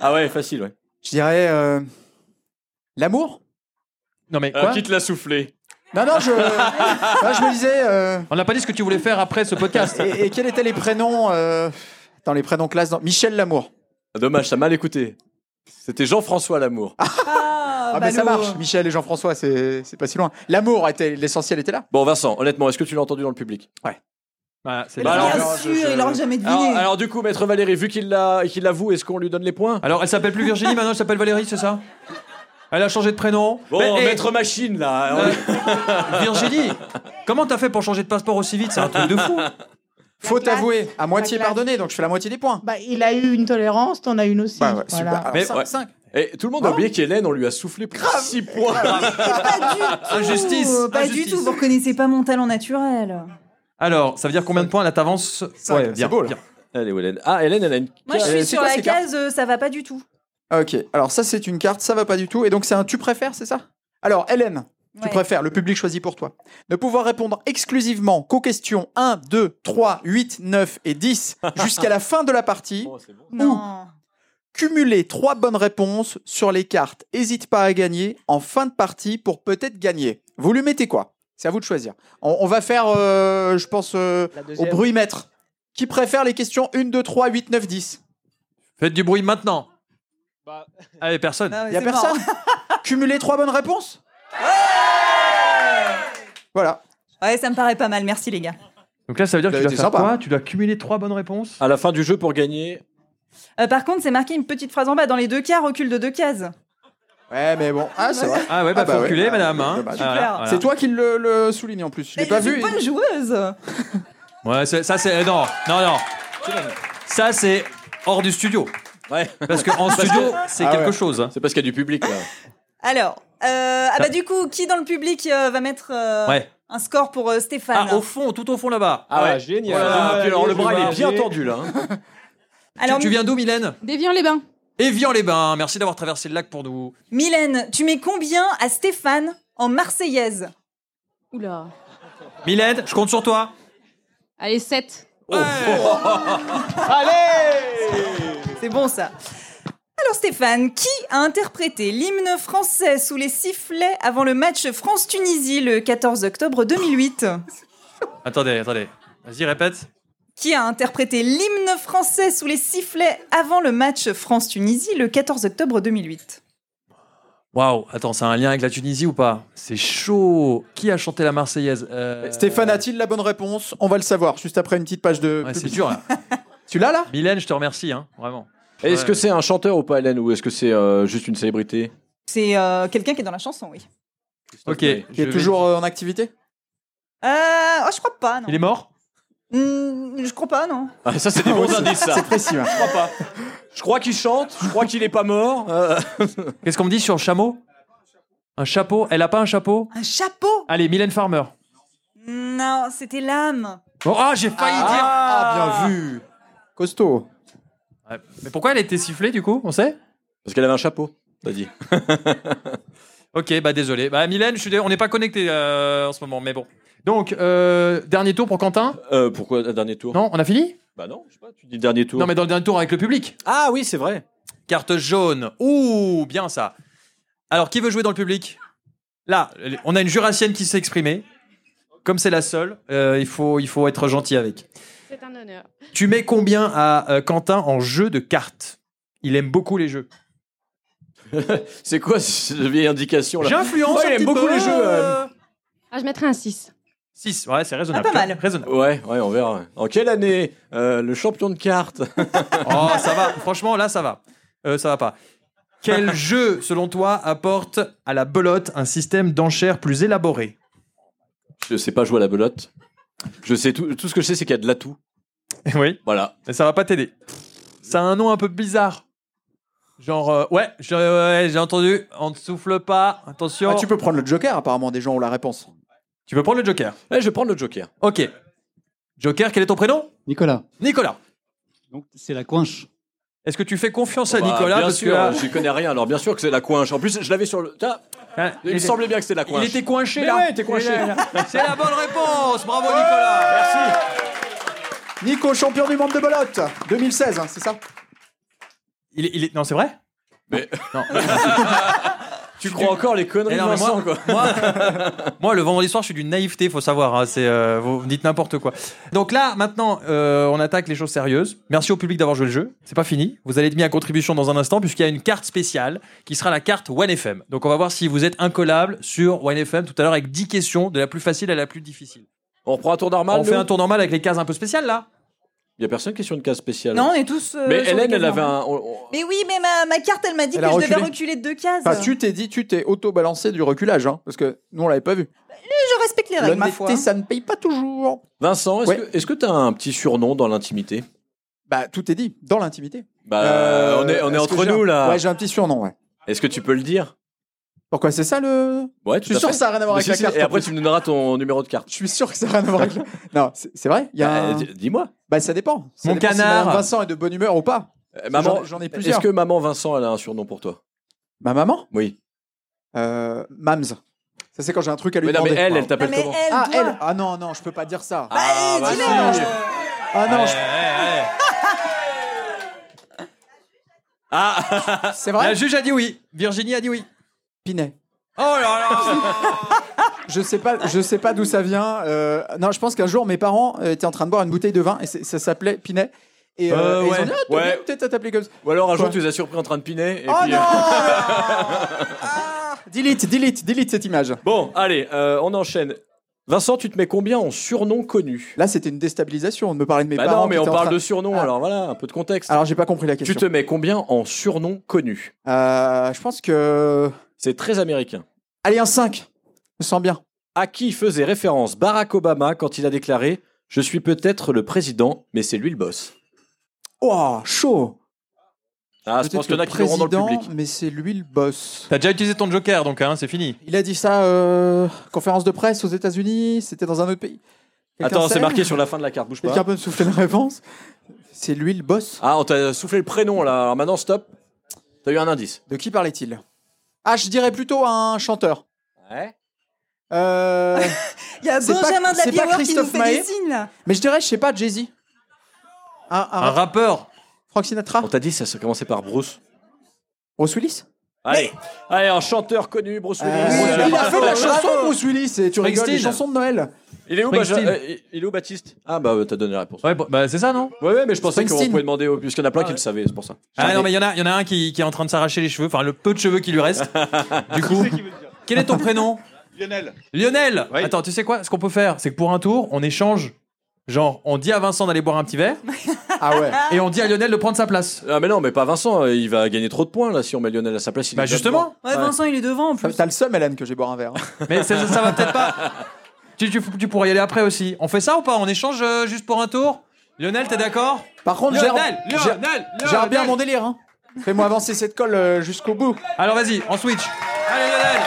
S5: Ah ouais, facile, ouais.
S4: je dirais. euh, L'amour
S2: Non mais quoi
S5: te l'a soufflé
S4: Non, non, je. Non, je me disais. euh,
S2: On n'a pas dit ce que tu voulais faire après ce podcast.
S4: Et, et quels étaient les prénoms euh, Dans les prénoms classe dans... Michel Lamour.
S5: Ah, Dommage, ça mal écouté. C'était Jean-François Lamour.
S4: Ah,
S5: ben,
S4: mais ça marche. Michel et Jean-François, c'est c'est pas si loin. L'amour, était l'essentiel était là.
S5: Bon, Vincent, honnêtement, est-ce que tu l'as entendu dans le public
S2: Voilà, c'est
S5: Bah
S2: bien.
S5: alors-
S2: alors,
S4: non,
S3: Bien
S4: je-
S3: sûr,
S4: je-
S3: il aura jamais
S5: alors,
S3: deviné.
S5: alors, du coup, maître Valérie, vu qu'il l'a- qu'il l'avoue, est-ce qu'on lui donne les points
S2: elle s'appelle plus Virginie maintenant. Elle s'appelle Valérie, c'est ça Elle a changé de prénom.
S5: Bon,
S2: Mais, hey,
S5: maître machine, là. hein,
S2: euh, Virginie, comment t'as fait pour changer de passeport aussi vite C'est un truc de fou.
S4: Faut
S9: classe.
S4: avouer, à moitié
S9: classe.
S4: pardonné, donc je fais la moitié des points.
S9: Bah, il a eu une tolérance, t'en as une aussi.
S4: Bah ouais,
S9: voilà.
S4: super. Alors,
S5: Mais
S4: cinq-
S5: ouais.
S4: cinq.
S5: Et tout le monde a oublié qu'Hélène, on lui a soufflé pour 6 points.
S2: Injustice.
S3: Ouh, Pas
S2: Injustice.
S3: du tout, vous reconnaissez pas mon talent naturel.
S2: Alors, ça veut dire combien de points là t'avances
S4: Cinq, c'est beau, là.
S2: bien.
S5: Elle est où, Hélène Ah, Hélène, elle a une.
S3: Moi, je
S5: Euh,
S3: suis
S5: c'est
S3: sur
S5: quoi
S3: la
S5: ces cartes
S3: case, euh, ça va pas du tout.
S4: Ok, alors ça c'est une carte, ça va pas du tout. Et donc c'est un tu préfères, c'est ça Alors Hélène, tu
S3: Ouais.
S4: préfères, le public choisit pour toi. Ne pouvoir répondre exclusivement qu'aux questions 1, 2, 3, 8, 9 et 10 jusqu'à la fin de la partie.
S5: Oh, c'est bon.
S3: Non.
S4: Cumuler trois bonnes réponses sur les cartes. Hésite pas à gagner en fin de partie pour peut-être gagner. Vous lui mettez quoi C'est à vous de choisir. On, on va faire, euh, je pense, euh, au bruit maître. Qui préfère les questions 1, 2, 3, 8, 9, 10
S2: Faites du bruit maintenant.
S6: Bah,
S2: Allez, personne.
S3: Ah ouais,
S4: Il a
S3: c'est mort.
S4: personne Cumuler trois bonnes réponses Voilà.
S3: Ouais, ça me paraît pas mal, merci les gars.
S2: Donc là, ça veut dire
S4: Vous
S2: que tu
S4: avez
S2: dois
S4: été
S2: faire
S4: sympa.
S2: quoi Tu dois cumuler trois bonnes réponses.
S5: À la fin du jeu, pour gagner.
S3: Euh, par contre, c'est marqué une petite phrase en bas. Dans les deux cas, recul de deux cases.
S4: Ouais, mais bon. Ah, c'est vrai.
S2: Ah ouais, bah,
S4: Ah bah
S2: faut
S4: ouais.
S2: reculer,
S4: Ah,
S2: madame. hein.
S4: dommage.
S2: Ah,
S3: Super.
S2: voilà.
S4: C'est toi qui le, le souligne en plus. Je l'ai
S3: Mais
S4: pas
S3: je
S4: vu.
S3: suis pas une joueuse.
S2: Ouais, c'est- ça c'est non, non, non. Ça c'est hors du studio.
S5: Ouais.
S2: Parce que en studio, c'est
S4: Ah
S2: quelque
S4: ouais.
S2: chose. hein.
S5: C'est parce qu'il y a du public, là.
S3: Alors, euh, ah bah du coup, qui dans le public euh, va mettre euh,
S2: Ouais.
S3: un score pour euh, Stéphane
S2: Ah, au fond, tout au fond là-bas.
S5: Ah ouais.
S6: génial.
S5: Voilà, puis alors, le bras, il est bien
S6: tendu.
S5: tendu, là. hein.
S3: Alors,
S2: tu, tu viens d'où, Mylène
S10: Déviant les bains.
S2: Évian-les-Bains. Merci d'avoir traversé le lac pour nous.
S3: Mylène, tu mets combien à Stéphane en Marseillaise
S10: Oula.
S2: Mylène, je compte sur toi.
S10: Allez, 7.
S3: C'est bon ça. Alors Stéphane, qui a interprété l'hymne français sous les sifflets avant le match France-Tunisie le 14 octobre 2008
S2: Attendez, attendez. Vas-y, répète.
S3: Qui a interprété l'hymne français sous les sifflets avant le match France-Tunisie le 14 octobre 2008
S2: Waouh, attends, c'est un lien avec la Tunisie ou pas C'est chaud. Qui a chanté la Marseillaise Euh,
S4: Stéphane a-t-il la bonne réponse On va le savoir juste après une petite page de.
S2: Ouais, c'est
S4: publicité.
S2: dur là.
S4: Tu l'as là
S2: Mylène, je te remercie, hein, vraiment.
S5: Est-ce
S2: Ouais.
S5: que c'est un chanteur ou pas, Hélène, ou est-ce que c'est euh, juste une célébrité
S3: C'est euh, quelqu'un qui est dans la chanson, oui.
S2: Ok.
S4: Il est toujours euh, en activité
S3: Euh, oh, je crois pas, non.
S2: Il est mort
S3: Hmm, je crois pas, non.
S5: Ah, Ça, c'est des bons indices, ça.
S4: C'est précis. hein.
S5: Je crois pas. Je crois qu'il chante, je crois qu'il est pas mort. euh.
S2: Qu'est-ce qu'on me dit sur le chameau Un chapeau Elle a pas un chapeau
S3: Un chapeau
S2: Allez, Mylène Farmer.
S3: Non, c'était l'âme.
S2: Oh, ah, j'ai failli
S4: Ah, bien vu. Costaud.
S2: dire. Ouais. Mais pourquoi elle était sifflée du coup On sait
S5: Parce qu'elle avait un chapeau, t'as dit.
S2: Ok, bah désolé. Bah Mylène, je suis dé- on n'est pas connecté euh, en ce moment, mais bon. Donc, euh, dernier tour pour Quentin
S5: Euh, pourquoi euh, dernier tour
S2: Non, on a fini
S5: Bah non, je sais pas, tu dis dernier tour.
S2: Non, mais dans le dernier tour avec le public.
S5: Ah oui, c'est vrai.
S2: Carte jaune. Ouh, bien ça. Alors, qui veut jouer dans le public Là, on a une jurassienne qui s'est exprimée. Comme c'est la seule, euh, il, faut, il faut être gentil avec.
S10: C'est un honneur.
S2: Tu mets combien à euh, Quentin en jeu de cartes Il aime beaucoup les jeux.
S5: C'est quoi cette vieille indication là
S2: J'influence
S5: Ouais, il aime beaucoup les jeux, euh.
S10: Ah, je mettrais un 6.
S2: 6, ouais, c'est raisonnable.
S3: Ah, pas mal.
S2: Raisonnable.
S5: Ouais, ouais, on verra. En quelle année euh, le champion de cartes
S2: Oh, ça va. Franchement, là, ça va. Euh, ça va pas. Quel jeu, selon toi, apporte à la belote un système d'enchères plus élaboré
S5: Je sais pas jouer à la belote. Je sais tout, tout ce que je sais, c'est qu'il y a de l'atout.
S2: Oui.
S5: Voilà.
S2: Mais ça va pas t'aider. Ça a un nom un peu bizarre. Genre, euh, ouais, je- ouais, j'ai entendu, on ne souffle pas, attention.
S4: Ah,
S2: tu,
S4: tu
S2: peux...
S4: peux prendre le Joker, apparemment, des gens ont la réponse.
S2: prendre le Joker.
S5: Eh, je vais prendre le Joker.
S2: Ok. Joker, quel est ton prénom
S11: Nicolas.
S2: Nicolas.
S11: Donc c'est la coinche.
S2: Est-ce que tu fais confiance à
S5: Bah,
S2: Nicolas
S5: bien
S2: parce
S5: sûr,
S2: que là-
S5: j'y connais rien. Alors bien sûr que c'est la coinche. En plus, je l'avais sur le. Tiens,
S2: Ah,
S5: il me
S2: était-
S5: semblait bien que c'était la coinche.
S2: il était coinché
S5: Mais
S2: là.
S5: ouais, il était coinché.
S2: est là, là. C'est la bonne réponse. Bravo Nicolas.
S5: Merci.
S4: Nico, champion du monde de belote 2016, hein, c'est ça
S2: Il est, il est- Non, c'est vrai
S5: Mais-
S2: Non.
S5: Tu crois encore les
S2: Eh
S5: conneries de
S2: non, mais
S5: Vincent,
S2: moi,
S5: quoi
S2: moi, moi, le vendredi soir, je suis d'une naïveté, faut savoir. hein, c'est, euh, vous me dites n'importe quoi. Donc là, maintenant, euh, on attaque les choses sérieuses. Merci au public d'avoir joué le jeu. C'est pas fini. Vous allez être mis à contribution dans un instant, puisqu'il y a une carte spéciale qui sera la carte OneFM. Donc on va voir si vous êtes incollable sur OneFM tout à l'heure avec 10 questions, de la plus facile à la plus difficile.
S5: On reprend un tour normal.
S2: on fait un tour normal avec les cases un peu spéciales là
S5: Il y a personne qui est sur une case spéciale.
S3: Non, on est tous. euh,
S5: mais
S3: sur
S5: Hélène,
S3: les
S5: elle avait
S3: cases, non.
S5: un. on- on-
S3: Mais oui, mais ma, ma carte, elle m'a dit
S4: Elle
S3: que
S4: a
S3: je devais
S4: reculé.
S3: reculer de deux cases.
S4: Enfin, tu t'es dit, tu t'es auto-balancé du reculage, hein, parce que nous, on l'avait pas vu.
S3: Je respecte les règles, ma foi. hein.
S4: L'honnêteté, ça ne paye pas toujours.
S5: Vincent, est-ce
S4: Ouais.
S5: que- est-ce que t'as un petit surnom dans l'intimité
S4: Bah, tout est dit, dans l'intimité.
S5: Bah,
S4: Euh,
S5: on est, on est
S4: est-ce que
S5: entre
S4: j'ai un-
S5: nous là.
S4: Ouais, j'ai un petit surnom, ouais.
S5: Est-ce que tu peux le dire
S4: Pourquoi c'est ça le.
S5: Ouais,
S4: Je
S5: tout
S4: suis
S5: à
S4: sûr
S5: fait.
S4: que ça n'a rien à voir
S5: Mais
S4: avec
S5: si,
S4: la
S5: si,
S4: carte.
S5: Et
S4: en
S5: après,
S4: plus.
S5: tu me donneras ton numéro de carte.
S4: Je suis sûr que ça n'a rien à voir avec la. Non, c'est c'est vrai, il y a.
S5: Euh,
S4: un-
S5: di- Dis-moi.
S4: Bah, ça dépend. Ça
S2: Mon
S4: dépend si
S2: canard.
S4: Madame Vincent est de bonne humeur ou pas.
S5: Euh, Maman,
S4: J'en- j'en ai plusieurs.
S5: est-ce que maman Vincent, elle a un surnom pour toi
S4: Ma maman
S5: Oui.
S4: euh, Mams. Ça, c'est quand j'ai un truc à lui
S5: Mais non,
S4: demander.
S5: mais elle, elle
S3: Non,
S5: t'appelle
S3: mais
S5: comment
S3: elle,
S4: Ah,
S3: doit.
S4: elle Ah non, non, je peux pas dire ça. Ah,
S5: Ah,
S3: Eh,
S5: bah,
S3: dis-le.
S5: si.
S4: non, je-
S5: Ah,
S4: c'est
S2: La
S4: vrai
S2: juge a dit oui. Virginie a dit oui.
S4: Pinet.
S2: Oh là là
S4: Je sais pas, je sais pas d'où ça vient. euh, non, je pense qu'un jour, mes parents euh, étaient en train de boire une bouteille de vin et c'est- ça s'appelait Pinet. Et, euh,
S2: Euh,
S4: et ils
S2: ouais.
S4: ont dit, ah, t'as
S5: Ouais.
S4: bien peut-être à t'appeler comme ça.
S5: Ou alors un jour,
S4: Quoi
S5: tu les as surpris en train de piner. et
S4: oh
S5: puis,
S4: non
S5: euh,
S4: Ah Delete, delete, delete cette image.
S5: Bon, allez, euh, on enchaîne. Vincent, tu te mets combien en surnom connu
S4: Là, c'était une déstabilisation. On me parlait de mes
S5: Bah
S4: parents.
S5: non, mais
S4: qui
S5: on
S4: étaient en
S5: parle
S4: train-
S5: de surnom,
S4: Ah.
S5: alors voilà, un peu de contexte.
S4: Alors, j'ai pas compris la
S5: tu
S4: question.
S5: te mets combien en surnom connu
S4: Euh, je pense que.
S5: C'est très américain.
S4: Allez, un 5. Je me sens bien.
S5: À qui faisait référence Barack Obama quand il a déclaré Je suis peut-être le président, mais c'est lui le boss
S4: Oh, chaud.
S5: Ah, je
S4: Peut-être
S5: pense qu'il y en a qui l'auront dans le
S4: président,
S5: public.
S4: Mais c'est lui le boss.
S2: T'as déjà utilisé ton joker, donc hein, c'est fini.
S4: Il a dit ça euh, conférence de presse aux États-Unis. C'était dans un autre pays. Quelqu'un
S5: Attends, c'est
S4: sait
S5: marqué sur la fin de la carte, bouge
S4: Quelqu'un
S5: pas.
S4: peut me souffler la réponse C'est lui le boss
S5: Ah, on t'a soufflé le prénom là, alors maintenant stop. T'as eu un indice.
S4: De qui parlait-il Ah, je dirais plutôt un chanteur.
S5: Ouais.
S4: Euh,
S3: Il y a
S4: C'est pas-
S3: Benjamin de
S4: c'est
S3: la
S4: pas
S3: Biauvoir qui nous
S4: Christophe
S3: fait
S4: Maé
S3: des signes, là.
S4: mais je dirais, je sais pas, Jay-Z. Un, un-
S5: Ah.
S2: Un rappeur.
S4: Frank Sinatra
S5: On t'a dit ça se commençait par Bruce.
S4: Bruce Willis
S5: Allez, allez, un chanteur connu, Bruce Willis.
S4: Euh,
S5: Bruce Willis. Ah,
S4: Il a fait de la
S5: Bravo.
S4: chanson Bruce Willis et tu rigoles, les
S2: Springsteen.
S4: chansons de Noël.
S5: Il est où, Benja-
S2: Springsteen.
S5: euh, il est où Baptiste Ah bah euh, t'as donné la réponse.
S2: Ouais, bon, bah c'est ça, non
S5: Ouais, ouais, mais je pensais qu'on
S4: Springsteen.
S5: pouvait demander, au- puisqu'il y en a plein qui le savaient, c'est pour ça.
S2: Ah non, mais il y, en a- il y en a un qui, qui est en train de s'arracher les cheveux, enfin le peu de cheveux qui lui reste. du coup, quel est ton prénom
S6: Lionel.
S2: Lionel
S6: Oui.
S2: Attends, tu sais quoi Ce qu'on peut faire, c'est que pour un tour, on échange Genre, on dit à Vincent d'aller boire un petit verre.
S4: Ah ouais.
S2: Et on dit à Lionel de prendre sa place.
S5: Ah, mais non, mais pas Vincent, euh, il va gagner trop de points là si on met Lionel à sa place. il
S2: Bah,
S5: est déjà
S2: justement.
S5: devant.
S3: Ouais, Vincent, il est devant en plus.
S4: T'as le seum, Hélène, que j'ai boire un verre. hein.
S2: Mais ça, ça va peut-être pas. Tu, tu, tu pourrais y aller après aussi. On fait ça ou pas On échange euh, juste pour un tour Lionel, t'es d'accord
S4: Par contre,
S2: Lionel,
S4: gère,
S2: Lionel,
S4: gère-
S2: Lionel,
S4: gère bien mon délire. hein. Fais-moi avancer cette colle euh, jusqu'au bout.
S2: Alors vas-y, on switch. Allez Lionel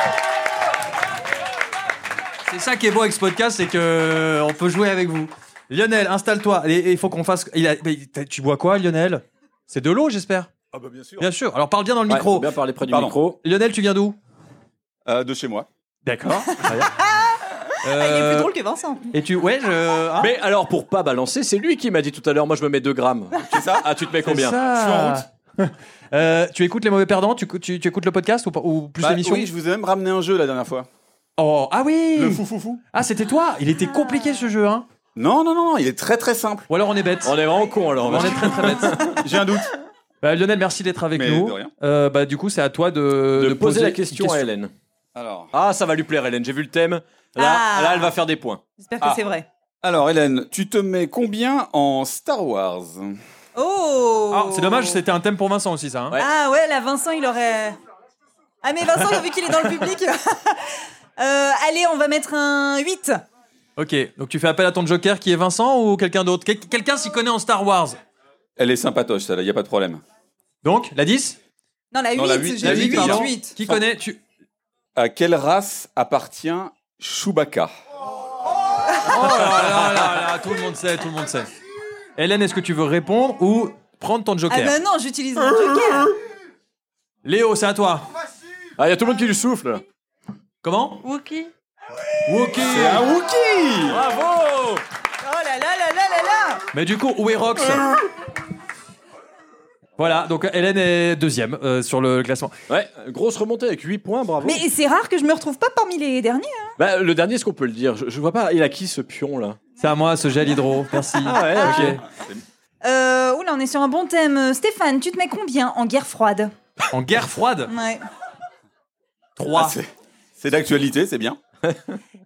S2: C'est ça qui est beau avec ce podcast, c'est que euh, on peut jouer avec vous. Lionel, installe-toi. Et- et Il faut qu'on fasse. il a- mais t'as- tu bois quoi, Lionel C'est de l'eau, j'espère.
S12: Ah bah bien sûr.
S2: Bien sûr. Alors parle bien dans le
S5: Ouais,
S2: micro.
S5: faut bien parler près du
S12: Pardon.
S5: micro.
S2: Lionel, tu viens d'où
S12: Euh, de chez moi.
S2: D'accord.
S3: Ah, Il est
S2: Euh,
S3: plus drôle que Vincent.
S2: Et tu. Ouais, je. hein
S5: Mais alors, pour pas balancer, c'est lui qui m'a dit tout à l'heure, moi je me mets 2 grammes.
S12: C'est ça
S5: Ah, tu te mets combien
S2: Ça.
S12: Je suis en route.
S2: Euh, tu écoutes les mauvais perdants tu, tu- tu écoutes le podcast ou, pas- ou plus
S12: Bah,
S2: l'émission
S12: Oui, je vous ai même ramené un jeu la dernière fois.
S2: Oh, ah oui
S12: Le fou fou fou.
S2: Ah, c'était toi Il était compliqué ce jeu, hein
S12: Non, non, non, il est très très simple.
S2: Ou alors on est bête.
S5: On est vraiment con alors.
S2: On est très très bête.
S12: J'ai un doute.
S2: Bah, Lionel, merci d'être avec
S12: Mais
S2: nous.
S12: de rien.
S2: Euh, bah, du coup, c'est à toi de,
S5: De,
S2: de
S5: poser la
S2: une
S5: question, à Hélène.
S12: Alors,
S5: Ah, ça va lui plaire, Hélène. J'ai vu le thème. Là,
S3: Ah.
S5: là, elle va faire des points.
S3: J'espère que
S12: Ah.
S3: c'est vrai.
S12: alors Hélène, tu te mets combien en Star Wars
S3: Oh
S2: Ah, c'est dommage, c'était un thème pour Vincent aussi, ça. hein.
S5: Ouais.
S3: Ah ouais, là, Vincent, il aurait. Ah, mais Vincent, vu qu'il est dans le public. euh, allez, on va mettre un 8.
S2: Ok, donc tu fais appel à ton joker qui est Vincent ou quelqu'un d'autre Quel- Quelqu'un s'y connaît en Star Wars
S12: Elle est sympatoche, celle-là, il a pas de problème.
S2: Donc, la 10
S3: Non, la 8.
S12: Non, la huit,
S3: j'ai
S12: la
S3: dit
S12: huit,
S3: huit,
S12: pardon.
S3: huit.
S2: Qui connaît tu...
S12: À quelle race appartient Chewbacca
S2: Oh là là là là, tout le monde sait, tout le monde sait. Hélène, est-ce que tu veux répondre ou prendre ton
S3: Ah
S2: joker
S3: bah non, j'utilise mon joker.
S2: Léo, c'est à toi.
S5: Ah, il y a tout le monde qui lui souffle.
S2: Comment
S10: Wookie
S3: Oh
S2: Wookie
S12: Un Wookie
S5: Bravo
S3: Oh là là là là là là
S2: Mais du coup, où est Rox Voilà, donc Hélène est deuxième euh, sur le classement.
S5: Ouais, grosse remontée avec 8 points, bravo.
S3: Mais c'est rare que je me retrouve pas parmi les derniers.
S5: Bah, le dernier, est-ce qu'on peut le dire je, je vois pas, il a qui ce pion là
S2: C'est à moi ce gel hydro, merci.
S5: Ah ouais,
S2: ok.
S3: Euh, oula, on est sur un bon thème. Euh, Stéphane, tu te mets combien en guerre froide
S2: En guerre froide
S3: Ouais.
S2: 3.
S12: Ah, c'est- C'est d'actualité, c'est bien.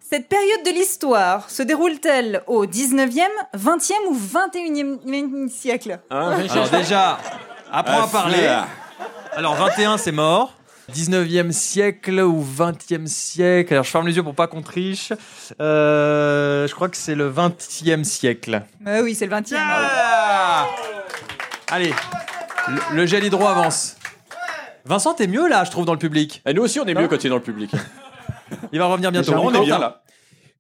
S3: Cette période de l'histoire se déroule-t-elle au 19e, 20e ou 21e siècle
S5: Hein
S2: Alors déjà, apprends à
S12: Ah,
S2: parler.
S12: fleur.
S2: Alors 21, c'est mort. 19e siècle ou 20e siècle Alors je ferme les yeux pour pas qu'on triche. Euh, je crois que c'est le 20e siècle.
S3: Bah oui, c'est le 20e.
S12: Ah.
S2: Allez, le, le gel hydro avance. Vincent, t'es mieux là, je trouve, dans le public.
S5: Et Eh, nous aussi, on est mieux quand il est dans le public.
S2: Il va revenir bientôt.
S12: Non, on est bien là.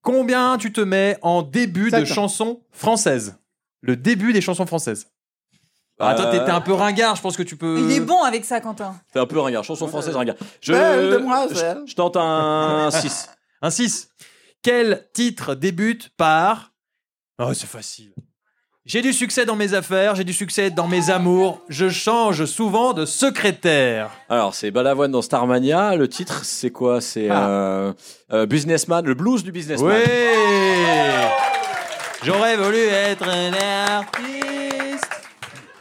S2: Combien tu te mets en début de
S4: Sept.
S2: chanson française Le début des chansons françaises. Ah, toi, t'es t'es un peu ringard, je pense que tu peux.
S3: Il est bon avec ça, Quentin.
S5: T'es un peu ringard, chanson française ringard. Je,
S4: Belle demoiselle.
S5: je, je tente un 6.
S2: Un 6. Quel titre débute par. Oh, c'est facile. J'ai du succès dans mes affaires, j'ai du succès dans mes amours, je change souvent de secrétaire.
S5: Alors, c'est Balavoine dans Starmania. Le titre, c'est quoi C'est euh, euh, Businessman, le blues du businessman.
S2: Ouais J'aurais voulu être un artiste.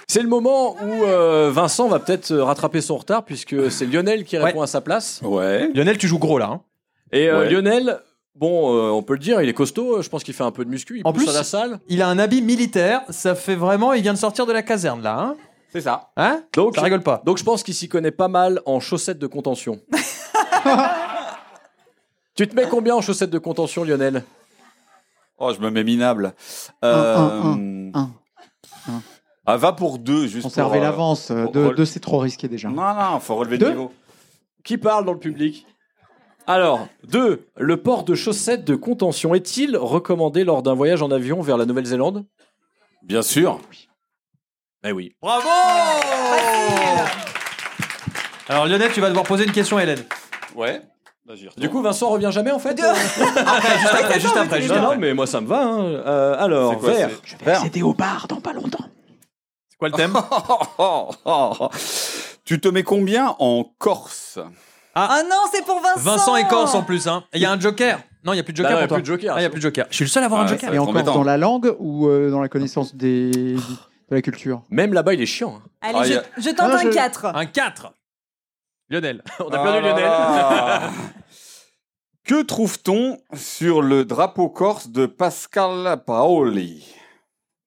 S5: C'est le moment où euh, Vincent va peut-être euh, rattraper son retard, puisque c'est Lionel qui répond à sa place.
S12: Ouais.
S2: Lionel, tu joues gros là. hein.
S5: Et euh,
S12: Ouais.
S5: Lionel, bon, euh, on peut le dire, il est costaud. Je pense qu'il fait un peu de muscu. Il
S2: En
S5: pousse
S2: plus-
S5: à la salle.
S2: Il a un habit militaire, ça fait vraiment. Il vient de sortir de la caserne là. Hein,
S12: C'est ça.
S2: Hein
S5: Donc,
S2: Ça rigole pas.
S5: donc je pense qu'il s'y connaît pas mal en chaussettes de contention. tu te mets combien en chaussettes de contention, Lionel
S12: Oh, je me mets minable. Euh,
S11: Un, un, un, un.
S12: Ah, va pour deux, juste
S4: Conserver
S12: pour, euh,
S4: l'avance. euh,
S12: pour
S4: Deux,
S12: rel-
S4: deux, c'est trop risqué déjà.
S12: Non, non, faut relever
S4: Deux
S12: le niveau.
S5: Qui parle dans le public Alors, deux, le port de chaussettes de contention est-il recommandé lors d'un voyage en avion vers la Nouvelle-Zélande
S12: Bien sûr.
S5: Eh oui.
S2: Bravo Alors Lionel, tu vas devoir poser une question à Hélène.
S12: Ouais.
S5: Du coup, Vincent revient jamais en fait euh
S2: Après, juste après, juste après. juste
S5: Non, non,
S2: après.
S5: mais moi ça me va. hein. Euh, alors,
S12: C'est quoi,
S5: vert.
S12: c'est-
S11: Je vais
S12: Vert.
S11: accéder au bar dans pas longtemps.
S2: C'est quoi le thème
S12: Tu te mets combien en Corse
S3: Ah non, c'est pour Vincent
S2: Vincent et Corse en plus. hein. Et Il y a un joker. Non, il n'y a plus de
S5: Bah
S2: joker
S5: non, y
S2: pour
S5: a
S2: toi.
S5: plus de joker.
S2: Ah, il n'y a plus de joker. Je suis le seul à avoir
S12: Ah,
S2: un
S12: ça
S2: joker.
S12: va
S4: Et
S12: être
S4: encore
S12: embêtant.
S4: dans la langue ou euh, dans la connaissance des... de la culture
S5: Même là-bas, il est chiant. hein.
S3: Allez,
S12: Ah,
S3: je,
S12: y a-
S3: je tente
S4: Ah,
S3: un
S4: je-
S3: 4.
S2: Un 4. Lionel.
S5: On a perdu
S12: Ah là
S5: Lionel.
S12: là. que trouve-t-on sur le drapeau corse de Pascal Paoli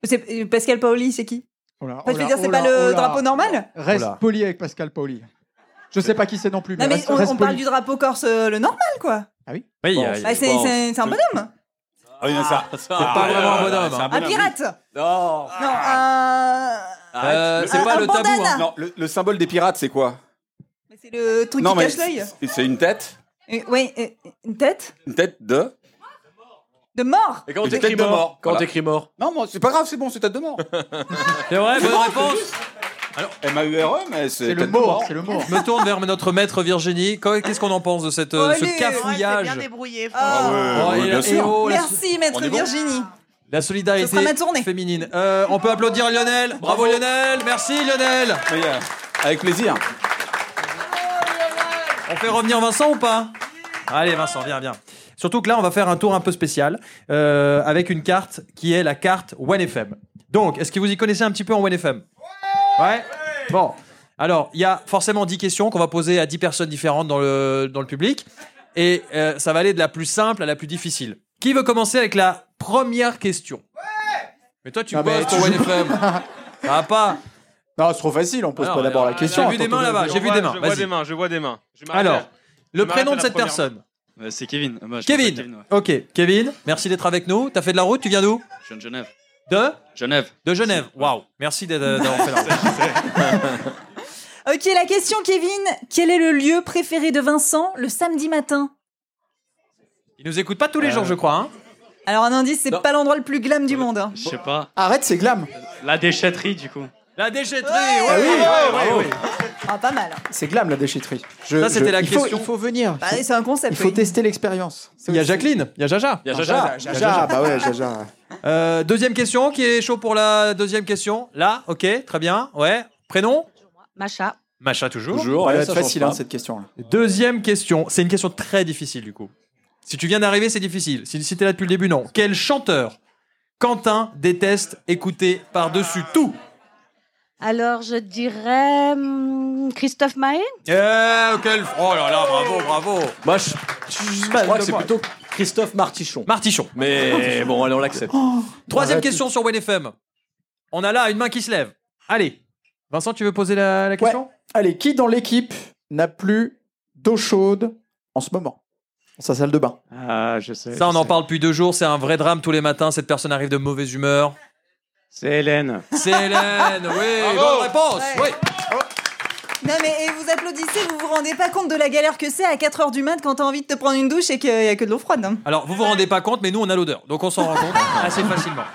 S3: C'est- euh, Pascal Paoli, c'est qui
S4: Oh là,
S3: Enfin, je veux
S4: oh là,
S3: dire, c'est
S4: oh
S3: pas
S4: là,
S3: le
S4: oh là.
S3: drapeau normal
S4: Reste
S3: Non,
S4: poli avec Pascal Paoli. Je sais pas qui c'est non plus, mais,
S3: mais
S4: reste,
S3: on,
S4: reste
S3: on parle
S4: poli.
S3: du drapeau corse, euh, le normal, quoi.
S4: Ah oui
S8: Oui, il y a-
S3: Bah,
S8: il y a-
S3: c'est
S8: bon.
S3: c'est- c'est un bonhomme,
S12: Ah, il y a ça. ça-
S8: pas
S12: ah,
S8: vraiment un
S12: là,
S8: bonhomme,
S12: c'est
S8: hein.
S3: un
S12: bonhomme.
S3: pirate.
S12: Non.
S3: Non, un-
S12: Arrête.
S8: Euh, c'est pas
S3: Ah, un
S8: le tabou,
S3: bandana.
S8: hein.
S12: Non, le, le symbole des pirates, c'est quoi
S3: c'est le truc
S12: Non,
S3: qui
S12: mais
S3: cache l'œil.
S12: c'est c'est une tête
S3: Euh, Ouais, euh, une tête
S12: Une tête de
S3: de mort.
S5: Et quand
S12: Une
S5: t'écris
S12: tête de
S5: mort,
S12: mort,
S5: quand
S12: voilà.
S5: t'écris mort.
S12: Non, moi, c'est pas grave, c'est bon, c'est tête de mort.
S8: C'est vrai, bonne réponse.
S12: M-A-U-R-E, E, mais c'est
S4: C'est le
S12: tête de
S4: mort,
S12: mort.
S4: c'est le mort.
S2: Je me tourne vers notre maître Virginie. Qu'en- Qu'est-ce qu'on en pense de cette, euh,
S3: Oh,
S2: ce
S3: allez,
S9: Ouais, c'est
S2: cafouillage
S9: bien
S8: Euh,
S9: débrouillé.
S3: Ah.
S12: ouais,
S2: Oh,
S12: ouais,
S2: et-
S12: bien
S2: et
S12: sûr.
S2: oh, la,
S3: Merci, maître
S12: On est bon
S3: Virginie.
S2: la solidarité
S3: Ce sera ma tournée.
S2: féminine. Euh, on peut applaudir Lionel. Bravo,
S12: Bravo.
S2: Lionel. Merci Lionel.
S12: Mais, euh, avec plaisir.
S2: On fait revenir Vincent ou pas Allez Vincent, viens, viens. Surtout que là, on va faire un tour un peu spécial euh, avec une carte qui est la carte OneFM. Donc, est-ce que vous y connaissez un petit peu en OneFM Ouais, Bon. Alors, il y a forcément 10 questions qu'on va poser à 10 personnes différentes dans le, dans le public. Et euh, ça va aller de la plus simple à la plus difficile. Qui veut commencer avec la première question Mais toi, tu
S4: Ah, mais
S2: bosses
S4: tu
S2: pour
S4: joues
S2: OneFM. Ça va pas
S4: Non, c'est trop facile, on pose
S2: Ah non,
S4: pas d'abord
S2: mais
S4: la question.
S2: j'ai vu des
S4: attends,
S2: mains
S4: attends,
S2: là-bas,
S4: attends.
S2: j'ai vu des mains.
S6: Je vois
S2: Vas-y.
S6: des mains, je vois des mains. Je m'arrête
S2: Alors,
S6: là.
S2: le
S6: Je m'arrête
S2: prénom
S6: à
S2: de
S6: la
S2: cette
S6: première.
S2: personne
S6: Euh,
S11: c'est Kevin. Moi, je
S2: Kevin.
S11: m'appelle ouais.
S2: Ok, Kevin, merci d'être avec nous. T'as fait de la route, tu viens d'où
S11: Je viens de Genève.
S2: De
S11: Genève.
S2: De Genève. Waouh, merci d'être- euh, d'avoir fait la route.
S3: Ok, la question, Kevin. Quel est le lieu préféré de Vincent le samedi matin
S2: Il nous écoute pas tous les jours, je crois. hein.
S3: Alors, un indice, c'est
S5: Non.
S3: pas l'endroit le plus glam du monde. hein.
S11: Je sais pas.
S4: Arrête, c'est glam.
S11: La déchetterie, du coup.
S2: La déchetterie, ouais,
S3: Ouais.
S4: Ah oui,
S2: ouais,
S4: bravo.
S2: ouais, ouais.
S3: Ah, pas mal.
S4: C'est glam la déchetterie. Je-
S2: Ça, c'était
S4: je-
S2: la
S4: il faut-
S2: question.
S4: Il faut venir.
S3: Bah, c'est un
S4: Il
S3: concept.
S4: faut
S3: oui.
S4: tester l'expérience.
S2: Il y a Jacqueline, il y a Jaja.
S5: Il y a Jaja.
S4: Jaja, Jaja, bah ouais, Jaja.
S2: Euh, deuxième question, qui est chaud pour la deuxième question Là, ok, très bien. Ouais. Prénom
S9: Macha.
S2: Macha toujours.
S5: Toujours,
S4: Elle
S5: ouais,
S4: va
S5: ça
S4: être
S5: change
S4: facile
S5: pas.
S4: hein, cette question. là
S2: Deuxième question, c'est une question très difficile du coup. Si tu viens d'arriver, c'est difficile. Si, si t'es là depuis le début, non. Quel chanteur Quentin déteste écouter par-dessus tout
S9: Alors, je dirais hum, Christophe Maé.
S2: Eh, quel... Oh là là, bravo, bravo
S5: Moi, je, je crois que c'est plutôt Christophe Martichon.
S2: Martichon.
S5: Mais bon, allez, on l'accepte.
S2: Troisième
S4: Arrête.
S2: question sur WNFM. On a là une main qui se lève. Allez, Vincent, tu veux poser la, la question
S4: Allez, qui dans l'équipe n'a plus d'eau chaude en ce moment Dans sa salle de bain.
S11: Ah, je sais.
S2: Ça, on en parle depuis deux jours. C'est un vrai drame tous les matins. Cette personne arrive de mauvaise humeur.
S11: C'est Hélène.
S2: C'est Hélène. Oui, bonne réponse.
S3: Ouais.
S2: Oui.
S3: Non, mais et vous applaudissez, vous vous rendez pas compte de la galère que c'est à 4h du mat quand t'as envie de te prendre une douche et qu'il y a que de l'eau froide. hein.
S2: Alors, vous vous rendez pas compte, mais nous, on a l'odeur. Donc, on s'en rend compte assez facilement.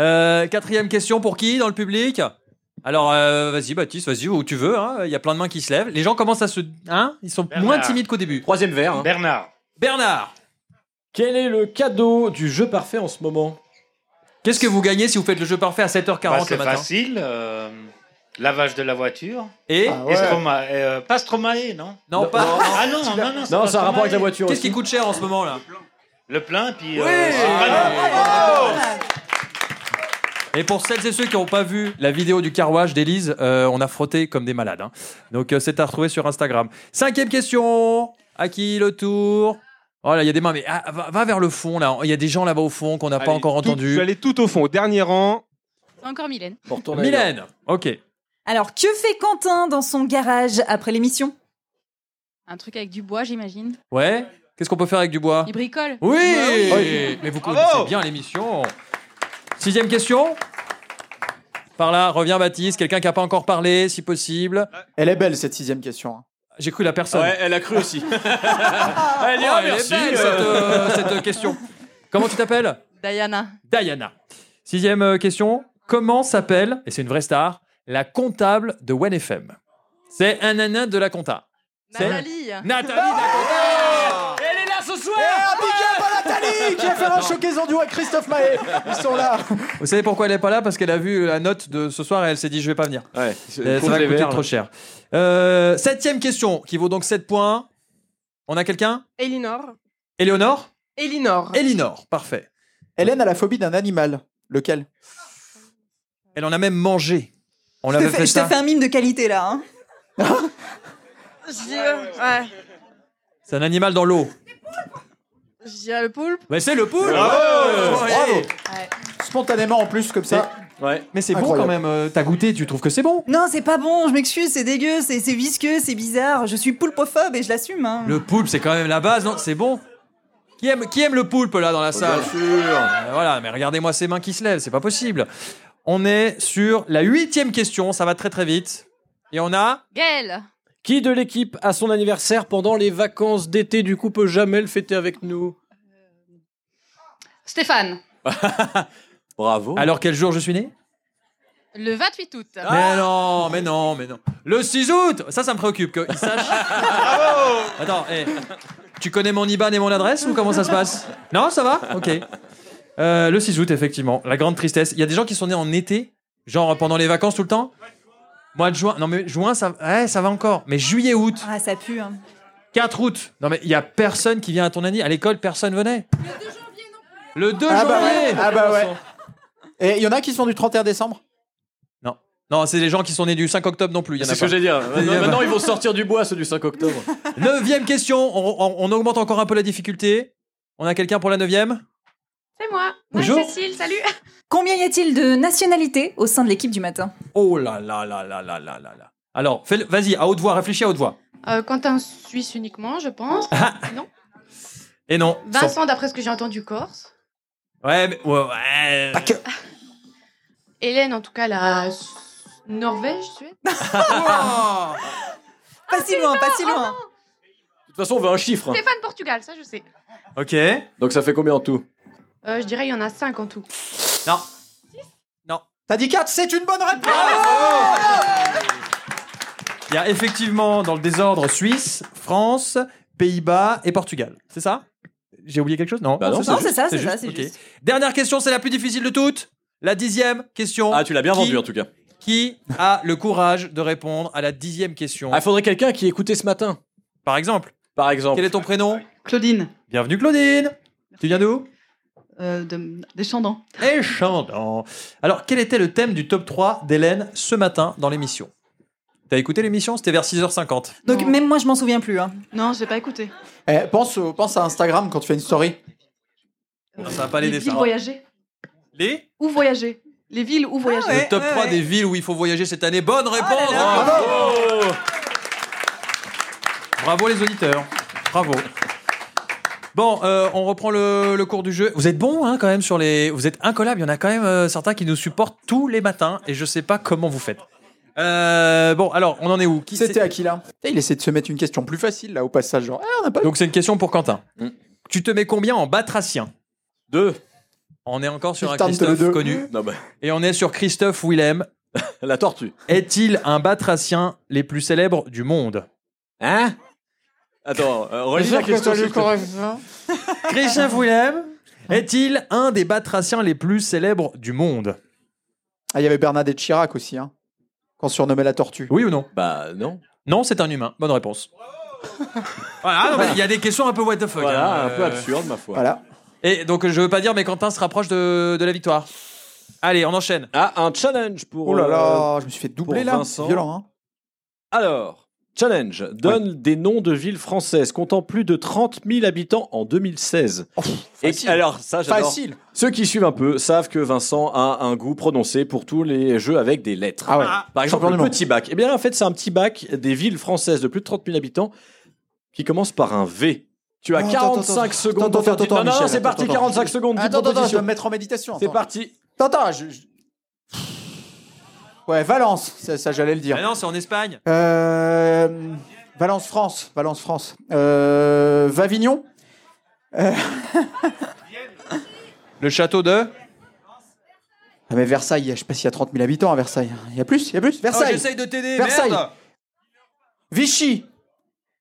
S2: Euh, quatrième question pour qui dans le public alors, euh, vas-y, Baptiste, vas-y, où tu veux. hein. Il y a plein de mains qui se lèvent. Les gens commencent à se. Hein Ils sont moins timides qu'au début.
S5: Troisième verre. hein.
S11: Bernard.
S2: Bernard,
S5: Quel est le cadeau du jeu parfait en ce moment
S2: qu'est-ce que vous gagnez si vous faites le jeu parfait à 7h40
S13: Bah,
S2: le
S13: c'est
S2: matin
S13: facile. euh, lavage de la voiture.
S2: Et
S4: Ah
S13: Et
S4: ouais.
S13: Stromae, euh, pas Stromae, non
S2: non, pas.
S13: Ah non, non, non. c'est
S5: Non,
S13: pas
S5: c'est un rapport avec la
S13: Stromae.
S5: voiture.
S2: Qu'est-ce qui
S5: aussi.
S2: coûte cher en ce moment là
S13: Le plein, puis. euh,
S2: Oui.
S3: Ah,
S13: Soprano.
S2: Et pour celles et ceux qui n'ont pas vu la vidéo du carouage d'Élise, euh, on a frotté comme des malades. hein. Donc euh, c'est à retrouver sur Instagram. Cinquième question. À qui le tour Oh là, il y a des mains, mais ah, va, va vers le fond là. Il y a des gens là-bas au fond qu'on n'a pas
S6: Allez,
S2: encore
S6: tout- Je
S2: entendu.
S6: suis allé tout au fond, au dernier rang.
S10: Encore Mylène.
S5: Pour tourner
S2: Mylène. Ok.
S3: Alors, que fait Quentin dans son garage après l'émission
S10: Un truc avec du bois, j'imagine.
S2: Ouais. Qu'est-ce qu'on peut faire avec du bois
S10: Il bricole.
S2: Bah Oui.
S10: Ouais,
S2: Mais vous connaissez bien l'émission. Sixième question. Par là, revient Baptiste. Quelqu'un qui n'a pas encore parlé, si possible.
S4: Elle est belle cette sixième question. hein.
S2: J'ai cru la personne.
S5: Ouais, elle a cru aussi. elle dit,
S2: Oh,
S5: ah,
S2: elle est
S5: merci.
S2: belle, cette,
S5: euh.
S2: euh, cette, euh, question. Comment tu t'appelles
S10: Diana.
S2: Diana. Sixième euh, question. Comment s'appelle, et c'est une vraie star, la comptable de OneFM C'est un nanin de la compta. C'est-
S10: Nathalie.
S2: Nathalie de la compta
S5: Elle est là ce soir.
S4: Eh, un big up à Nathalie qui va faire un showcase en duo avec Christophe Maé. Ils sont là.
S2: Vous savez pourquoi elle n'est pas là Parce qu'elle a vu la note de ce soir et elle s'est dit je vais pas venir.
S5: Ouais,
S2: Euh, ça va coûter trop cher. Euh, septième question qui vaut donc 7 points. On a quelqu'un
S10: Elinor.
S2: Éléonore
S10: Elinor.
S2: Élinor, parfait.
S4: Hélène a la phobie d'un animal. Lequel
S2: Elle en a même mangé. On
S3: je
S2: l'avait
S3: te, fais,
S2: fait
S3: je te
S2: ça.
S3: fais un mime de qualité là. hein.
S10: Je dis, ouais.
S2: C'est un animal dans l'eau.
S10: Je dis le poulpe.
S2: Mais c'est le poule
S4: Bravo
S2: Ouais.
S4: Bravo spontanément en plus comme ça.
S5: Ouais.
S2: Mais c'est bon quand
S4: Incroyable.
S2: même. euh, T'as goûté, tu trouves que c'est bon
S3: Non, c'est pas bon, je m'excuse, c'est dégueu, c'est c'est visqueux, c'est bizarre. Je suis poulpophobe et je l'assume. hein.
S2: Le poulpe, c'est quand même la base, non C'est bon qui aime, qui aime le poulpe là
S4: Oh,
S2: dans la salle Euh, Voilà, mais regardez-moi ces mains qui se lèvent, c'est pas possible. On est sur la huitième question, ça va très très vite. Et on a.
S10: Gaël
S5: Qui de l'équipe a son anniversaire pendant les vacances d'été du coup peut jamais le fêter avec nous
S10: Stéphane,
S5: Bravo.
S4: Oh.
S2: Alors quel jour je suis né
S10: le 28 août.
S4: Ah
S2: Mais non, mais non, mais non. Le 6 août Ça, ça me préoccupe qu'il sache. Attends, hé, tu connais mon IBAN et mon adresse ou comment ça se passe Non, ça va Ok. Euh, le 6 août, effectivement. La grande tristesse. Il y a des gens qui sont nés en été, genre pendant les vacances tout le temps Mois de juin. Non, mais juin, ça, ouais, ça va encore. Mais juillet, août.
S3: Ah, ça pue. hein.
S2: 4 août. Non, mais il y a personne qui vient à ton anniversaire. À l'école, personne venait. Le 2
S4: Ah
S2: janvier
S4: bah
S2: non
S4: ouais.
S2: Le 2 janvier
S4: Ah bah ouais. Et il y en a qui sont du 31 décembre
S2: Non. Non, c'est les gens qui sont nés du 5 octobre non plus. il y en a
S5: C'est ce que
S2: pas.
S5: j'allais dire.
S2: Il y en a
S5: Maintenant,
S2: pas.
S5: maintenant, ils vont sortir du bois, ceux du 5 octobre.
S2: Neuvième question, on, on- on augmente encore un peu la difficulté. On a quelqu'un pour la neuvième
S7: C'est moi.
S2: Bonjour.
S7: Cécile, salut. Combien y a-t-il de nationalités au sein de l'équipe du matin
S2: Oh là là là là là là là là. Alors, fais-le- vas-y, à haute voix, réfléchis à haute voix.
S10: Euh, Quentin Suisse uniquement, je pense.
S2: Ah,
S10: non.
S2: Et non.
S10: Vincent, d'après ce que j'ai entendu, Corse.
S2: Ouais, mais, ouais, ouais.
S10: Hélène, en tout cas, la Norvège, Suède.
S2: Ah.
S3: Pas si loin, pas si loin.
S5: De toute façon, on veut un chiffre.
S10: Stéphane, Portugal, ça je sais.
S2: Ok.
S5: Donc ça fait combien en tout
S10: Euh, je dirais il y en a 5 en tout.
S2: Non. Non.
S4: T'as dit 4, c'est une bonne réponse
S2: Il y a effectivement dans le désordre Suisse, France, Pays-Bas et Portugal. C'est ça J'ai oublié quelque chose Non,
S5: Bah
S3: non,
S5: non,
S3: c'est ça, c'est ça, c'est
S2: ok.
S3: juste.
S2: Dernière question, c'est la plus difficile de toutes. La dixième question.
S5: Ah, tu l'as bien
S2: Qui-
S5: vendu en tout cas.
S2: Qui a le courage de répondre à la dixième question
S5: Ah, Il faudrait quelqu'un qui écoutait ce matin,
S2: Par exemple,
S5: par exemple.
S2: quel est ton prénom
S9: Claudine,
S2: Bienvenue Claudine Tu viens d'où
S9: euh, de- des Chandans.
S2: Et chantant. Alors, quel était le thème du top 3 d'Hélène ce matin dans l'émission T'as écouté l'émission C'était vers 6h50.
S3: Donc, même moi, je m'en souviens plus. hein.
S9: Non, j'ai pas écouté.
S4: Eh, pense, au- pense à Instagram quand tu fais une story.
S2: Non, ça va pas l'aider
S9: villes
S2: ça.
S9: voyager.
S2: Les
S9: Où voyager Les villes où voyager
S3: Ah ouais,
S2: Le top
S3: ouais,
S2: 3
S3: ouais.
S2: des villes où il faut voyager cette année. Bonne réponse
S3: là là.
S2: Bravo Bravo les auditeurs. Bravo. Bon, euh, on reprend le, le cours du jeu. Vous êtes bons hein, quand même sur les. Vous êtes incollables. Il y en a quand même euh, certains qui nous supportent tous les matins et je sais pas comment vous faites. Euh, bon, alors on en est où Qui
S4: C'était à qui là Putain, Il essaie de se mettre une question plus facile là au passage. Genre, ah, on n'a pas
S2: Donc c'est une question pour Quentin.
S5: Mm.
S2: Tu te mets combien en batracien
S5: Deux.
S2: On est encore sur un
S4: Putain de
S2: Christophe
S4: deux.
S2: connu.
S5: Non, bah,
S2: Et on est sur Christophe Willem.
S5: la tortue.
S2: Est-il un batracien les plus célèbres du monde
S5: Hein Attends, euh, relis la question. s'il te plaît.
S2: Christophe Willem est-il un des batraciens les plus célèbres du monde
S4: Ah, il y avait Bernadette Chirac aussi, hein, qu'on surnommait la tortue.
S2: Oui ou non
S5: Bah non.
S2: Non, c'est un humain. Bonne réponse. Voilà, non, mais il y a des questions un peu what the fuck.
S5: Voilà,
S2: hein,
S5: un peu
S2: euh,
S5: absurde, ma foi.
S4: Voilà.
S2: Et donc, je veux pas dire, mais Quentin se rapproche de, de la victoire. Allez, on enchaîne.
S5: Ah, un challenge pour.
S4: Oh là
S5: euh,
S4: là, je me suis fait doubler
S5: pour
S4: là.
S5: Vincent.
S4: C'est Violent, hein.
S5: Alors, challenge. Donne des noms de villes françaises comptant plus de 30 000 habitants en 2016. Et qui- alors, ça, j'adore.
S4: Oh, Facile.
S5: Ceux qui suivent un peu savent que Vincent a un goût prononcé pour tous les jeux avec des lettres.
S4: Ah ouais.
S5: Par exemple,
S4: Champion du
S5: le
S4: monde.
S5: petit bac. Eh bien, en fait, c'est un petit bac des villes françaises de plus de 30 000 habitants qui commence par un V. Tu as
S4: Oh, attends,
S5: 45
S4: attends, attends.
S5: secondes.
S4: Attends,
S5: pour faire
S4: attends,
S5: dix- non,
S4: attends,
S5: non,
S4: Michel,
S5: c'est
S4: attends,
S5: parti,
S4: attends.
S5: 45 secondes. dix
S4: Attends, attends, attends, je
S5: propositions.
S4: dois me mettre en méditation.
S5: c'est
S4: attends. Oh,
S5: parti.
S4: Attends, attends, je- je- Ouais, Valence, ça, ça, j'allais le
S2: Ah
S4: dire.
S2: non, c'est en Espagne.
S4: Euh, Valence, France. Valence, France. Euh, Vavignon
S2: Le château de.
S4: Ah, mais Versailles, je sais pas s'il y a 30 000 habitants à Versailles. Il y a plus, il y a plus.
S2: Oh,
S4: Versailles,
S2: J'essaye de t'aider.
S4: Versailles.
S2: merde.
S4: Vichy,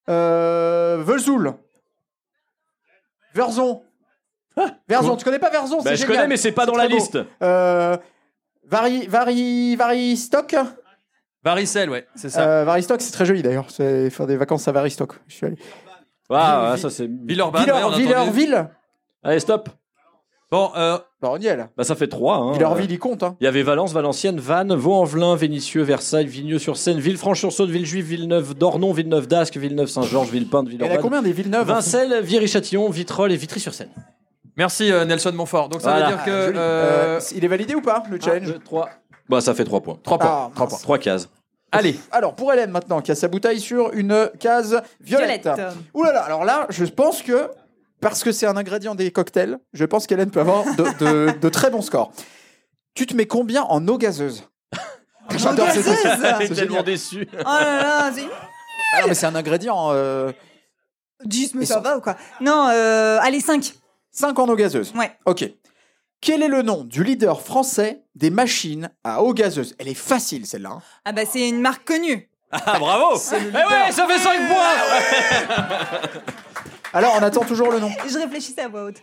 S4: euh, Vesoul, Verzon. Verzon, tu connais pas Verzon
S5: Bah,
S4: c'est
S5: je
S4: génial.
S5: connais, mais c'est pas dans la
S4: très beau.
S5: liste.
S4: Euh, Vari, Vari, Varistock.
S2: Varicelle, ouais, c'est ça.
S4: Euh, Varistock, c'est très joli d'ailleurs. C'est faire des vacances à Varistock. Je suis allé.
S5: Ah, ça c'est.
S2: Villeurbanne, ouais, on a
S4: Villeur,
S2: Bah, entendu.
S4: Villeurville.
S5: Allez, stop.
S2: Bon, euh,
S4: Bah, on y est là.
S5: Bah, ça fait 3. Hein.
S4: Villeurville, il compte. Hein.
S5: Il y avait Valence, Valenciennes, Vannes, Vaux-en-Velin, Vénissieux, Versailles, Vigneux-sur-Seine, Villefranche-sur-Saône, Villejuif, Villeneuve, Dornon, Villeneuve d'Ascq, Villeneuve-Saint-Georges, Villepinte,
S4: Il y en a
S5: Villeurbanne,
S4: combien des villes neuves
S5: Vincelles, Viry-Châtillon, Vitrolles et Vitry-sur-Seine.
S2: Merci euh, Nelson Montfort. Donc ça
S4: Voilà.
S2: veut dire que.
S4: Ah, joli.
S2: euh,
S4: Euh, il est validé ou pas
S5: Ah,
S4: le challenge
S5: 3. Bah, ça fait 3 points. 3
S4: points. Ah,
S5: 3 points. 3 cases.
S2: Allez.
S4: Alors, pour Hélène maintenant, qui a sa bouteille sur une case violette.
S5: Violette.
S4: Ouh là là, alors là, je pense que, parce que c'est un ingrédient des cocktails, je pense qu'Hélène peut avoir de, de- de très bons scores. Tu te mets combien en eau gazeuse J'adore cette
S3: gazeuse
S4: question.
S3: Elle est
S4: C'est
S3: tellement
S4: génial.
S5: déçue.
S3: Oh là là, c'est-
S4: Ah non, mais c'est un ingrédient. euh,
S3: 10, mais
S4: Ils
S3: ça
S4: sont-
S3: va ou quoi Non, euh, allez, 5.
S4: 5 en eau gazeuse.
S3: Ouais.
S4: Ok. Quel est le nom du leader français des machines à eau gazeuse Elle est facile celle-là. hein.
S3: Ah bah, c'est une marque connue.
S5: Ah, bravo
S3: C'est le
S5: Eh ouais, ça fait 5
S4: Ah,
S5: points
S4: Alors on attend toujours le nom.
S3: Je réfléchissais à voix haute.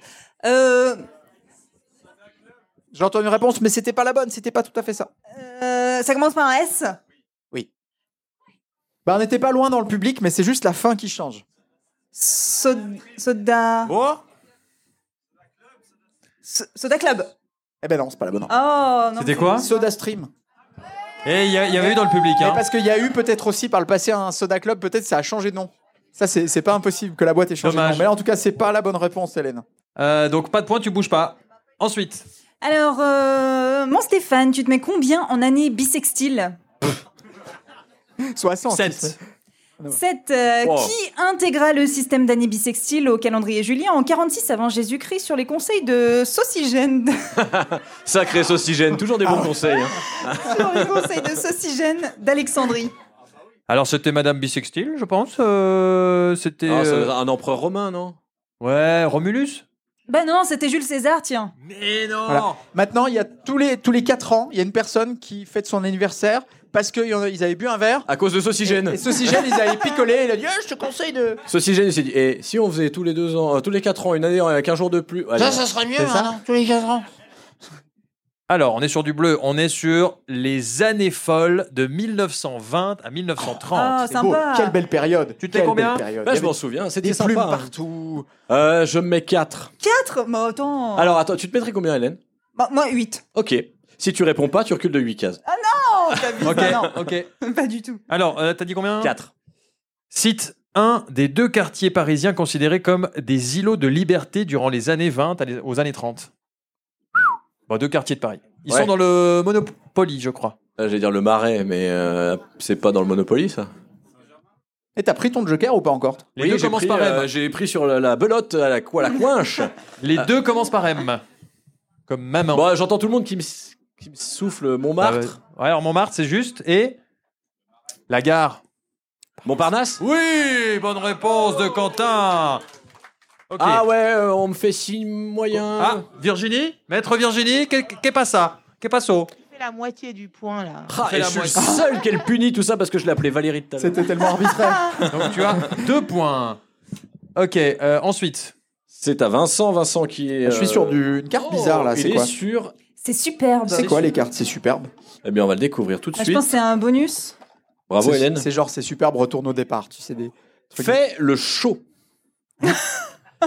S3: Euh,
S4: J'entends une réponse, mais c'était pas la bonne, c'était pas tout à fait ça.
S3: euh, ça commence par un S.
S4: Bah on n'était pas loin dans le public, mais c'est juste la fin qui change.
S3: Soda. Soda, So- Soda Club.
S4: Eh ben non, c'est pas la bonne.
S3: Oh non.
S2: C'était quoi
S4: Soda Stream.
S2: Et il y, a- il y avait eu dans le public.
S4: Mais
S2: Hein.
S4: parce qu'il y a eu peut-être aussi par le passé un Soda Club, peut-être ça a changé de nom. Ça c'est c'est pas impossible que la boîte ait changé de
S2: Dommage.
S4: nom. Mais là, en tout cas, c'est pas la bonne réponse, Hélène.
S2: Euh, donc pas de points, tu bouges pas. Ensuite.
S3: Alors, euh, mon Stéphane, tu te mets combien en année bisextile
S4: 60.
S2: 7.
S3: 7.
S2: Wow.
S3: euh, Qui intégra le système d'année bisextile au calendrier julien en 46 avant Jésus-Christ sur les conseils de Saucigène
S5: Sacré saucigène, toujours des bons
S4: Ah.
S5: conseils. hein.
S3: Sur les conseils de Saucigène d'Alexandrie
S2: Alors c'était Madame Bisextile, je pense. euh, c'était.
S5: Ah, ça doit
S2: euh,
S5: être un empereur romain, non
S2: Ouais, Romulus.
S3: Bah non, c'était Jules César, tiens.
S2: Mais non
S4: Voilà. Maintenant, il y a tous les tous les quatre ans, il y a une personne qui fête son anniversaire parce qu'ils avaient bu un verre.
S5: À cause de saucigène.
S4: Et Saucigène, ils avaient picolé. Il a dit, Eh, je te conseille de.
S5: Saucigène, il s'est dit, eh, si on faisait tous les deux ans, euh, tous les 4 ans, une année avec un jour de plus. Allez.
S2: Ah,
S5: C'est ça
S4: hein, tous les 4 ans.
S2: Alors, on est sur du bleu, on est sur les années folles de 1920 à 1930.
S3: Ah,
S4: C'est beau. Quelle belle période.
S2: Tu te
S4: Quelle
S2: mets combien
S4: belle période.
S5: Bah,
S4: Il y
S5: je m'en
S4: avait
S5: souviens,
S4: Des
S5: c'était sympa.
S4: plumes
S5: hein.
S4: partout.
S5: Euh, je me mets 4.
S3: 4 Bah attends.
S5: Alors attends, tu te mettrais combien, Hélène
S3: Bah, moi, 8.
S5: Ok. Si tu réponds pas, tu recules de 8 cases.
S3: Ah non t'abuses,
S2: Ok,
S3: bah, non.
S2: ok.
S3: Pas du tout.
S2: Alors, euh, t'as dit combien
S5: 4.
S2: Cite un des deux quartiers parisiens considérés comme des îlots de liberté durant les années 20 à les- aux années 30. Bon, deux quartiers de Paris. Ils
S5: Ouais.
S2: sont dans le Monopoly, je crois.
S5: Euh, J'allais dire le marais, mais euh, c'est pas dans le Monopoly, ça
S4: Et t'as pris ton joker ou pas encore
S2: Les
S5: Oui,
S2: deux
S5: j'ai
S2: commencent
S5: pris,
S2: par M.
S5: euh, J'ai pris sur la, la belote, à la, quoi, la coinche.
S2: Les
S5: Ah.
S2: deux commencent par M. Comme maman.
S5: Bon, j'entends tout le monde qui me, s- qui me souffle Montmartre.
S2: Ah ouais. Ouais, alors Montmartre, c'est juste. Et la gare.
S5: Montparnasse
S2: Oui, bonne réponse de Quentin. Ok.
S5: Ah ouais, euh, on me fait signe moyen.
S2: Ah, Virginie Maître Virginie, qu'est qu'est pas ça Qu'est pas ça
S9: C'est la moitié du point là.
S5: Ah,
S2: C'est
S5: et
S2: la
S5: je suis le
S2: moitié.
S5: seul qu'elle punit tout ça parce que je l'appelais Valérie tout à l'heure.
S4: C'était tellement arbitraire.
S2: Donc tu as deux points. Ok, euh, ensuite.
S5: C'est à Vincent, Vincent qui est.
S4: Je suis
S5: euh,
S4: sur du- une carte
S5: oh,
S4: bizarre là, c'est
S5: Il
S4: quoi
S5: est sur.
S3: C'est superbe.
S4: C'est quoi les cartes C'est superbe.
S5: Eh bien, on va le découvrir tout de
S3: Ah, Je
S5: suite.
S3: pense que c'est un bonus.
S5: Bravo
S4: C'est-
S5: Hélène.
S4: C'est genre c'est superbe, retourne au départ, tu sais des trucs-
S5: Fais le show.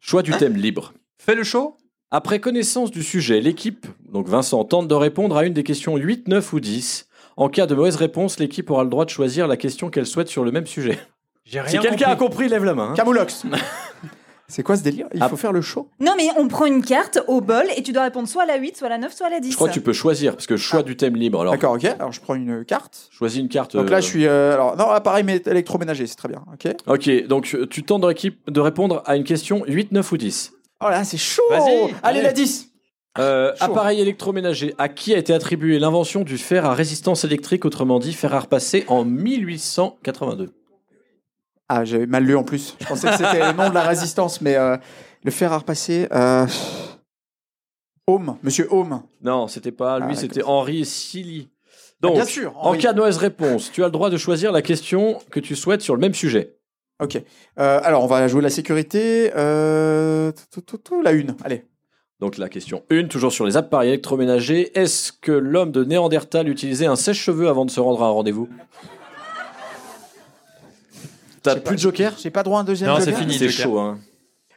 S5: Choix du thème libre.
S2: Fais le show
S5: Après connaissance du sujet, l'équipe, donc Vincent, tente de répondre à une des questions 8, 9 ou 10. En cas de mauvaise réponse, l'équipe aura le droit de choisir la question qu'elle souhaite sur le même sujet.
S2: J'ai
S5: Si quelqu'un a compris, lève la main. hein.
S4: Camoulox. c'est quoi ce délire Il
S5: Ah.
S4: faut faire le show
S3: Non, mais on prend une carte au bol et tu dois répondre soit à la 8, soit à la 9, soit à la 10.
S5: Je crois que tu peux choisir, parce que choix du thème libre. Alors,
S4: Ah. D'accord, OK. Alors je prends une carte.
S5: choisis une carte.
S4: Donc là
S5: euh,
S4: je suis euh, alors non, appareil mé- électroménager, c'est très bien. OK.
S5: Ok, donc euh, tu tentes de, réquip- de répondre à une question 8, 9 ou 10.
S4: Oh là, c'est chaud.
S2: Vas-y,
S4: allez,
S2: allez.
S4: la 10.
S5: Euh,
S4: Chaud.
S5: appareil électroménager, à qui a été attribuée l'invention du fer à résistance électrique, autrement dit fer à repasser, en 1882
S4: Ah, j'avais mal lu en plus. Je pensais que c'était le nom de la résistance mais euh, le fer à repasser euh... Home, monsieur Home.
S5: Non, c'était pas lui,
S4: Ah,
S5: c'était Henri Silly. Donc,
S4: bien sûr,
S5: en
S4: Henri.
S5: cas de mauvaise réponse, tu as le droit de choisir la question que tu souhaites sur le même sujet.
S4: OK. Euh, alors on va jouer la sécurité euh... tout, tout, tout, la une. Allez.
S5: Donc la question 1, toujours sur les appareils électroménagers, est-ce que l'homme de Néandertal utilisait un sèche-cheveux avant de se rendre à un rendez-vous
S4: Je
S5: T'as
S4: sais pas,
S5: plus de joker
S4: J'ai pas droit à un deuxième
S2: Non, c'est
S4: joker
S2: fini.
S5: C'est
S2: joker.
S5: chaud, hein.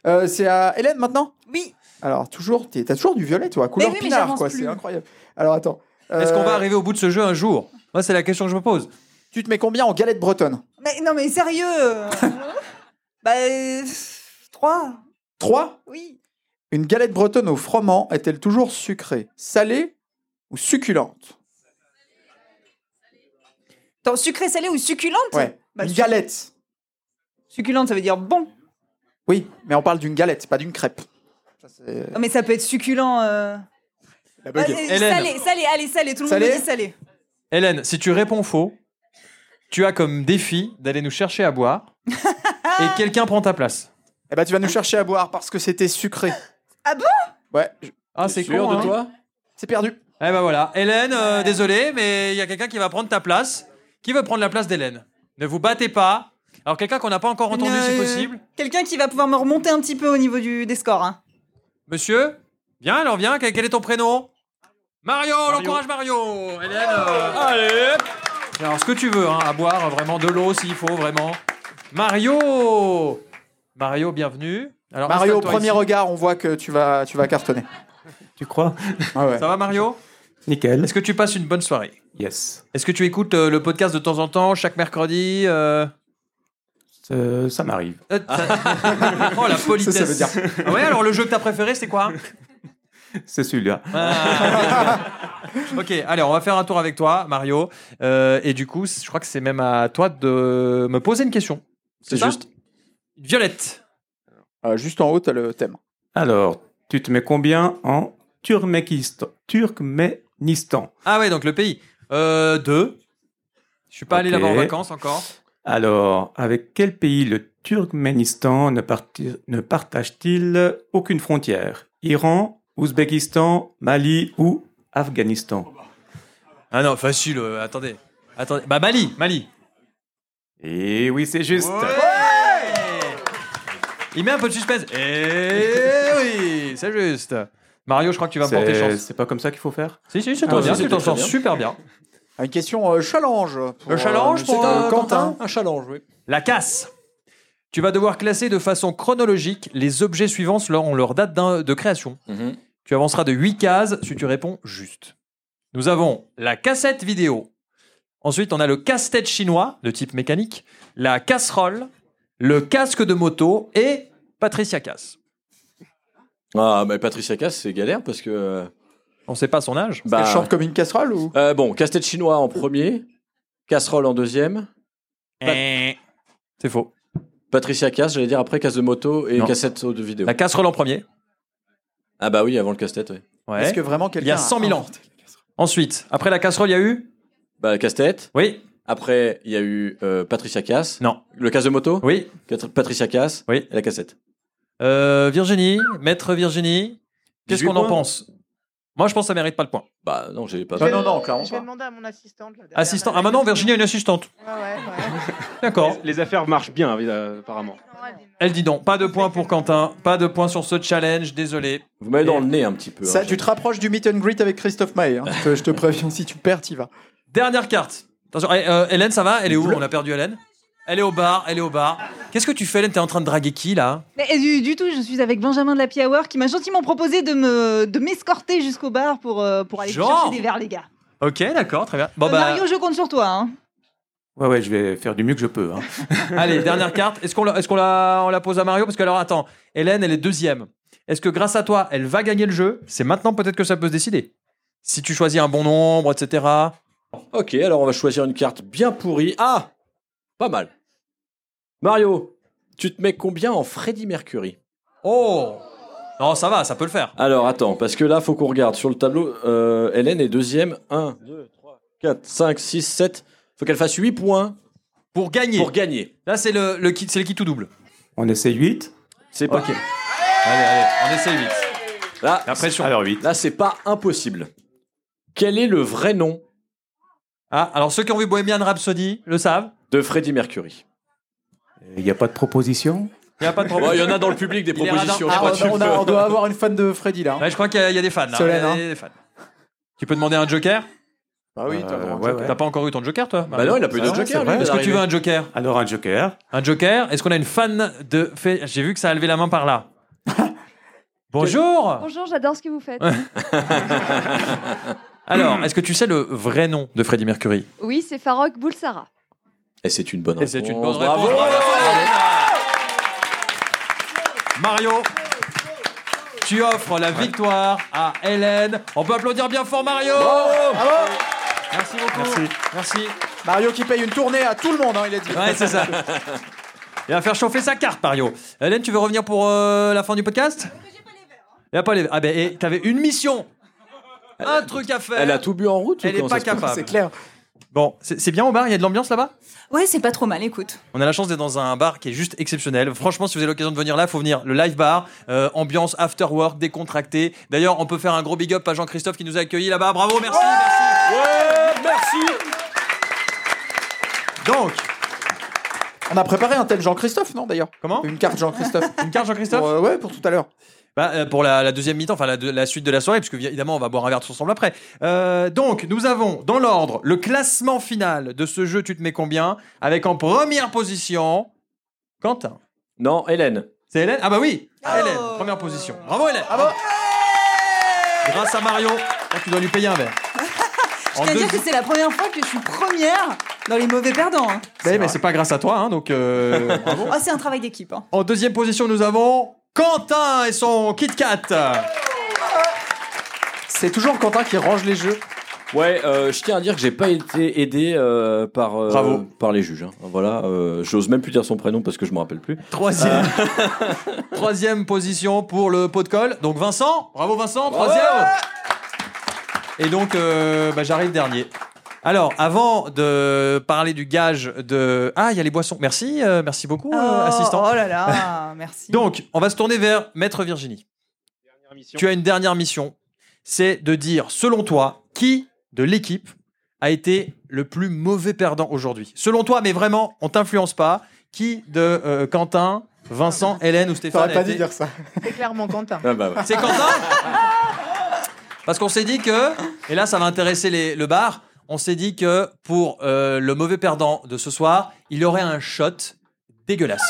S4: Euh, c'est à Hélène maintenant
S3: Oui.
S4: Alors, toujours, t'es- t'as toujours du violet, toi, couleur
S3: oui, mais
S4: pinard,
S3: j'avance
S4: quoi,
S3: plus.
S4: c'est incroyable. Alors, attends. Euh,
S2: Est-ce qu'on va arriver au bout de ce jeu un jour Moi, c'est la question que je me pose.
S4: Tu te mets combien en galette bretonne
S3: Mais non, mais sérieux euh, Bah. 3.
S4: 3
S3: Oui.
S4: Une galette bretonne au froment est-elle toujours sucrée, salée ou succulente
S3: Attends, sucré, salé ou Bah, succulente
S4: Ouais. une galette.
S3: Succulente, ça veut dire bon.
S4: Oui, mais on parle d'une galette, pas d'une crêpe. Ça, c'est-
S3: Non, mais ça peut être succulent. euh.
S4: La bug.
S3: Ah, euh,
S2: Hélène.
S3: salé, salé, allez, salé, tout le
S2: Salé
S3: monde me dit salé.
S2: Hélène, si tu réponds faux, tu as comme défi d'aller nous chercher à boire et quelqu'un prend ta place.
S4: Eh ben, tu vas nous chercher à boire parce que c'était sucré.
S3: Ah bon
S4: Ouais.
S2: Ah, c'est con, hein.
S4: C'est perdu.
S2: Eh ben voilà, Hélène, euh, désolé, mais il y a quelqu'un qui va prendre ta place. Qui veut prendre la place d'Hélène Ne vous battez pas. Alors quelqu'un qu'on n'a pas encore entendu,
S3: Une,
S2: si
S3: euh,
S2: possible.
S3: Quelqu'un qui va pouvoir me remonter un petit peu au niveau du, des scores. hein.
S2: Monsieur, viens alors, viens. Quel, quel est ton prénom Mario, on l'encourage Mario. Hélène, euh, allez. Alors ce que tu veux, hein, à boire euh, vraiment de l'eau s'il faut vraiment. Mario, Mario, bienvenue. Alors,
S4: Mario, au
S2: installe-toi
S4: premier
S2: ici.
S4: regard, on voit que tu vas, tu vas cartonner.
S14: Tu crois
S4: Ah ouais.
S2: Ça va Mario
S14: Nickel.
S2: Est-ce que tu passes une bonne soirée
S14: Yes.
S2: Est-ce que tu écoutes euh, le podcast de temps en temps, chaque mercredi euh,
S14: Euh, ça m'arrive.
S2: euh, ça- Oh la politesse.
S14: Ça, ça veut dire.
S2: Ah ouais, alors le jeu que t'as préféré, c'est quoi Ah.
S14: C'est celui-là.
S2: Ok, allez, on va faire un tour avec toi, Mario. Euh, et du coup, je crois que c'est même à toi de me poser une question. C'est juste. Violette.
S4: Euh, juste en haut, t'as le thème.
S14: Alors, tu te mets combien en Turkménistan Turkménistan.
S2: Ah ouais, donc le pays. Euh, deux. Je suis pas allé
S14: Ok.
S2: là-bas en vacances encore.
S14: Alors, avec quel pays le Turkménistan ne, parti- ne partage-t-il aucune frontière Iran, Ouzbékistan, Mali ou Afghanistan
S2: Ah non, facile, euh, attendez. Attendez. Bah, Mali, Mali.
S14: Et Eh oui, c'est juste.
S2: Il met un peu de suspense. Eh oui, c'est juste. Mario, je crois que tu vas me porter
S14: C'est-
S2: chance.
S14: C'est pas comme ça qu'il faut faire Ah,
S2: Si, si, c'est toi bien, tu t'en sors super bien.
S4: Ah, Une question euh, challenge. pour,
S2: Un challenge
S4: euh,
S2: pour,
S4: c'est, euh,
S2: euh,
S4: Quentin.
S5: Un challenge, oui.
S2: La casse. Tu vas devoir classer de façon chronologique les objets suivants selon leur date d'in- de création.
S5: Mhm.
S2: Tu avanceras de 8 cases si tu réponds juste. Nous avons la cassette vidéo. Ensuite, on a le casse-tête chinois de type mécanique, la casserole, le casque de moto et Patricia Cass.
S5: Ah, mais Patricia Cass, c'est galère parce que. bah,
S2: On sait pas son âge.
S4: Elle chante comme une casserole ou
S5: Euh, bon, casse-tête chinois en premier, casserole en deuxième.
S4: Eh.
S2: C'est faux.
S5: Patricia Cass, j'allais dire après casse de moto et
S2: Non.
S5: cassette de vidéo.
S2: La casserole en premier.
S5: Ah bah oui, avant le casse-tête, oui.
S2: Ouais.
S4: Est-ce que vraiment
S2: Il
S4: quelqu'un
S2: y a 100 000 ans. Ensuite, après la casserole, il y a eu
S5: Bah, casse-tête.
S2: Oui.
S5: Après, il y a eu euh, Patricia Cass.
S2: Non.
S5: Le casse de moto
S2: Oui.
S5: Patricia Cass.
S2: Oui.
S5: Et la cassette.
S2: euh, Virginie, maître Virginie. Qu'est-ce
S5: 18
S2: qu'on en
S5: points.
S2: pense Moi, je pense que ça mérite pas le point.
S5: Bah non, j'ai pas.
S2: Ah,
S9: Je vais-
S4: non, non, clairement
S9: Je vais
S4: pas.
S9: demander à mon assistante. là, derrière.
S2: Assistant. Ah, maintenant, Virginie a une assistante.
S9: Ouais, ouais, ouais.
S2: D'accord.
S6: Les, les affaires marchent bien, euh, apparemment.
S2: Elle dit non. Pas de point pour Quentin. Pas de point sur ce challenge. Désolé.
S5: Vous m'avez dans le nez un petit peu.
S4: Ça,
S5: hein,
S4: tu te rapproches du meet and greet avec Christophe Maé. hein. Ah, Je te- je te préviens, si tu perds, t'y vas.
S2: Dernière carte. Attention, eh, euh, Hélène, ça va Elle est où On a perdu Hélène. Elle est au bar. Elle est au bar. Qu'est-ce que tu fais, Hélène T'es en train de draguer qui là
S3: Mais et du, du tout, je suis avec Benjamin de la Hour qui m'a gentiment proposé de me de m'escorter jusqu'au bar pour, euh, pour aller
S2: Genre
S3: chercher des verres, les gars.
S2: Ok, d'accord, très bien. Bon
S3: Euh,
S2: bah,
S3: Mario, je compte sur toi. hein.
S14: Ouais, ouais, je vais faire du mieux que je peux. hein.
S2: allez, dernière carte. Est-ce qu'on la, est-ce qu'on la, on la pose à Mario Parce que alors, attends, Hélène, elle est deuxième. Est-ce que grâce à toi, elle va gagner le jeu C'est maintenant peut-être que ça peut se décider. Si tu choisis un bon nombre, etc.
S5: Ok, alors on va choisir une carte bien pourrie. Ah Pas mal. Mario, tu te mets combien en Freddie Mercury
S2: Oh Non, ça va, ça peut le faire.
S5: Alors attends, parce que là, faut qu'on regarde sur le tableau. euh, Hélène est deuxième. 1, 2, 3, 4, 5, 6, 7. Faut qu'elle fasse 8 points
S2: Pour gagner.
S5: pour gagner.
S2: Là, c'est le, le kit, c'est le kit tout double.
S14: On essaie 8
S5: C'est pas.
S2: Allez, allez, on essaye vite.
S5: Là,
S2: La pression.
S14: Alors 8.
S5: là c'est pas impossible. Quel est le vrai nom
S2: Ah, alors ceux qui ont vu Bohemian Rhapsody le savent.
S5: de Freddie Mercury
S14: Il n'y a pas de proposition
S2: Il n'y a pas de
S5: Oh, bah, Il
S2: problème.
S5: y en a dans le public des
S2: Il est
S5: propositions.
S2: radin.
S5: je crois
S2: Ah,
S5: que tu
S4: on, a-
S5: peux.
S4: on doit avoir une fan de Freddy là. hein.
S2: Ouais, je crois qu'il y, a- il y a des fans là.
S4: Solène, hein.
S2: Il y a des fans. Tu peux demander un joker
S5: Ah
S12: Ah
S4: Bah oui, t'as le droit.
S14: ouais, ouais.
S2: T'as pas encore eu ton joker, toi
S5: Bah non, il a pas eu de
S14: Ah,
S5: joker.
S14: c'est
S5: lui,
S14: vrai.
S5: il est
S2: Est-ce que tu
S5: arrivé.
S2: veux un joker
S14: Alors un joker.
S2: Un joker Est-ce qu'on a une fan de fait J'ai vu que ça a levé la main par là. Bonjour
S15: Bonjour, j'adore ce que vous faites.
S2: Alors, est-ce que tu sais le vrai nom de Freddie Mercury
S15: Oui, c'est Farok Boulsara.
S5: Et Eh, c'est une bonne
S2: Et
S5: réponse.
S2: c'est une bonne
S5: Bravo.
S2: réponse. Bravo. Mario, Tu offres la victoire à Hélène. On peut applaudir bien fort Mario Merci beaucoup. Merci.
S4: Mario qui paye une tournée à tout le monde, hein, il a dit.
S2: Ouais, c'est ça. Il va faire chauffer sa carte, Mario. Hélène, tu veux revenir pour euh, la fin du podcast Il a pas les verres. Ah ben, et t'avais une mission Un truc à faire
S5: Elle a tout bu en route ou
S2: Elle est
S5: comment
S2: pas
S5: ça se passe
S2: capable.
S5: C'est
S4: clair.
S2: Bon, c'est c'est bien au bar, il y a de l'ambiance là-bas
S3: Ouais, c'est pas trop mal, écoute.
S2: On a la chance d'être dans un bar qui est juste exceptionnel. Franchement, si vous avez l'occasion de venir là, faut venir. Le live bar, euh, ambiance after work, décontracté. D'ailleurs, on peut faire un gros big up à Jean-Christophe qui nous a accueillis là-bas. Bravo, merci, merci. Donc,
S4: On a préparé un thème Jean-Christophe, non d'ailleurs
S2: Comment
S4: Une carte Jean-Christophe.
S2: Une carte Jean-Christophe
S4: Ouais, pour tout à l'heure.
S2: Bah, euh, pour la, la deuxième mi-temps, enfin la, de- la suite de la soirée, puisque évidemment on va boire un verre tous ensemble après. Euh, donc nous avons dans l'ordre le classement final de ce jeu Tu te mets combien Avec en première position Quentin.
S5: Non, Hélène.
S2: C'est Hélène Ah bah oui Hélène, première position. Bravo Hélène Grâce à Mario, là, tu dois lui payer un verre.
S3: Je
S2: En
S3: tiens à
S2: deux-
S3: dire que c'est la première fois que je suis première dans les mauvais perdants. hein.
S2: Mais, mais c'est pas grâce à toi, hein, donc euh, bravo.
S3: Ah, c'est un travail d'équipe. hein.
S2: En deuxième position, nous avons Quentin et son Kit Kat.
S4: C'est toujours Quentin qui range les jeux.
S5: Ouais, euh, je tiens à dire que j'ai pas été aidé euh, par, euh,
S2: Bravo.
S5: par les juges. hein. Voilà, euh, j'ose même plus dire son prénom parce que je me rappelle plus.
S2: Troisième. Troisième position pour le pot de colle. Donc Vincent, bravo Vincent, troisième. Et donc euh, bah, j'arrive dernier. Alors, avant de parler du gage de... Ah, il y a les boissons. Merci, euh, merci beaucoup, euh,
S3: Oh,
S2: assistant.
S3: Oh là là, merci.
S2: Donc, on va se tourner vers Maître Virginie. Tu as une dernière mission. C'est de dire, selon toi, qui de l'équipe a été le plus mauvais perdant aujourd'hui Selon toi, mais vraiment, on t'influence pas. Qui de euh, Quentin, Vincent, Hélène ou Stéphane
S4: T'aurais
S2: a
S4: pas
S2: été-
S4: dû dire ça.
S9: C'est clairement
S2: Euh,
S9: Quentin.
S5: Ah bah ouais.
S2: C'est Quentin Parce qu'on s'est dit que, et là ça va intéresser les- le bar, on s'est dit que pour euh, le mauvais perdant de ce soir, il aurait un shot dégueulasse.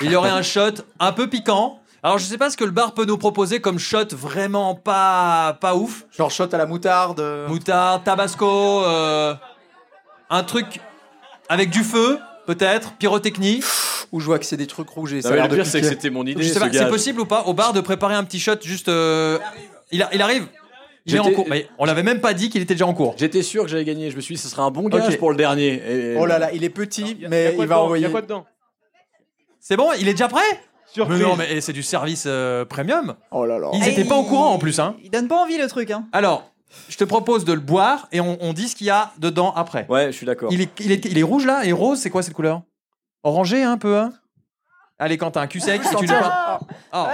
S2: Il aurait un shot un peu piquant. Alors je sais pas ce que le bar peut nous proposer comme shot vraiment pas pas ouf.
S4: Genre shot à la moutarde. euh,
S2: Moutarde, tabasco, euh, un truc avec du feu peut-être, pyrotechnie.
S4: Ou je vois que c'est des trucs rouges et
S5: Non, mais le pire, c'est que c'était mon idée.
S2: Je sais
S5: ce
S2: pas, c'est
S5: gage.
S2: possible ou pas au bar de préparer un petit shot juste. euh, Il, a- il arrive. Il est en
S5: J'étais-
S2: cours. Mais on l'avait même pas dit qu'il était déjà en cours.
S5: J'étais sûr que j'allais gagner. Je me suis dit, ce serait un bon gage
S2: Ok.
S5: pour le dernier. Et-
S4: Oh là là, il est petit, mais il va envoyer.
S2: dedans C'est bon, il est déjà prêt Mais non, mais eh, c'est du service euh, premium.
S4: Oh là là.
S2: Ils
S3: Et
S2: étaient pas au
S3: Ah, il-
S2: courant en plus. Hein.
S3: Il donne pas envie le truc. Hein.
S2: Alors, je te propose de le boire et on, on dit ce qu'il y a dedans après.
S5: Ouais, je suis d'accord.
S2: Il est, il, est, il est rouge là et rose, c'est quoi cette couleur Orangé un peu, hein Allez, Quentin, cul sec, si tu nous parles. Oh.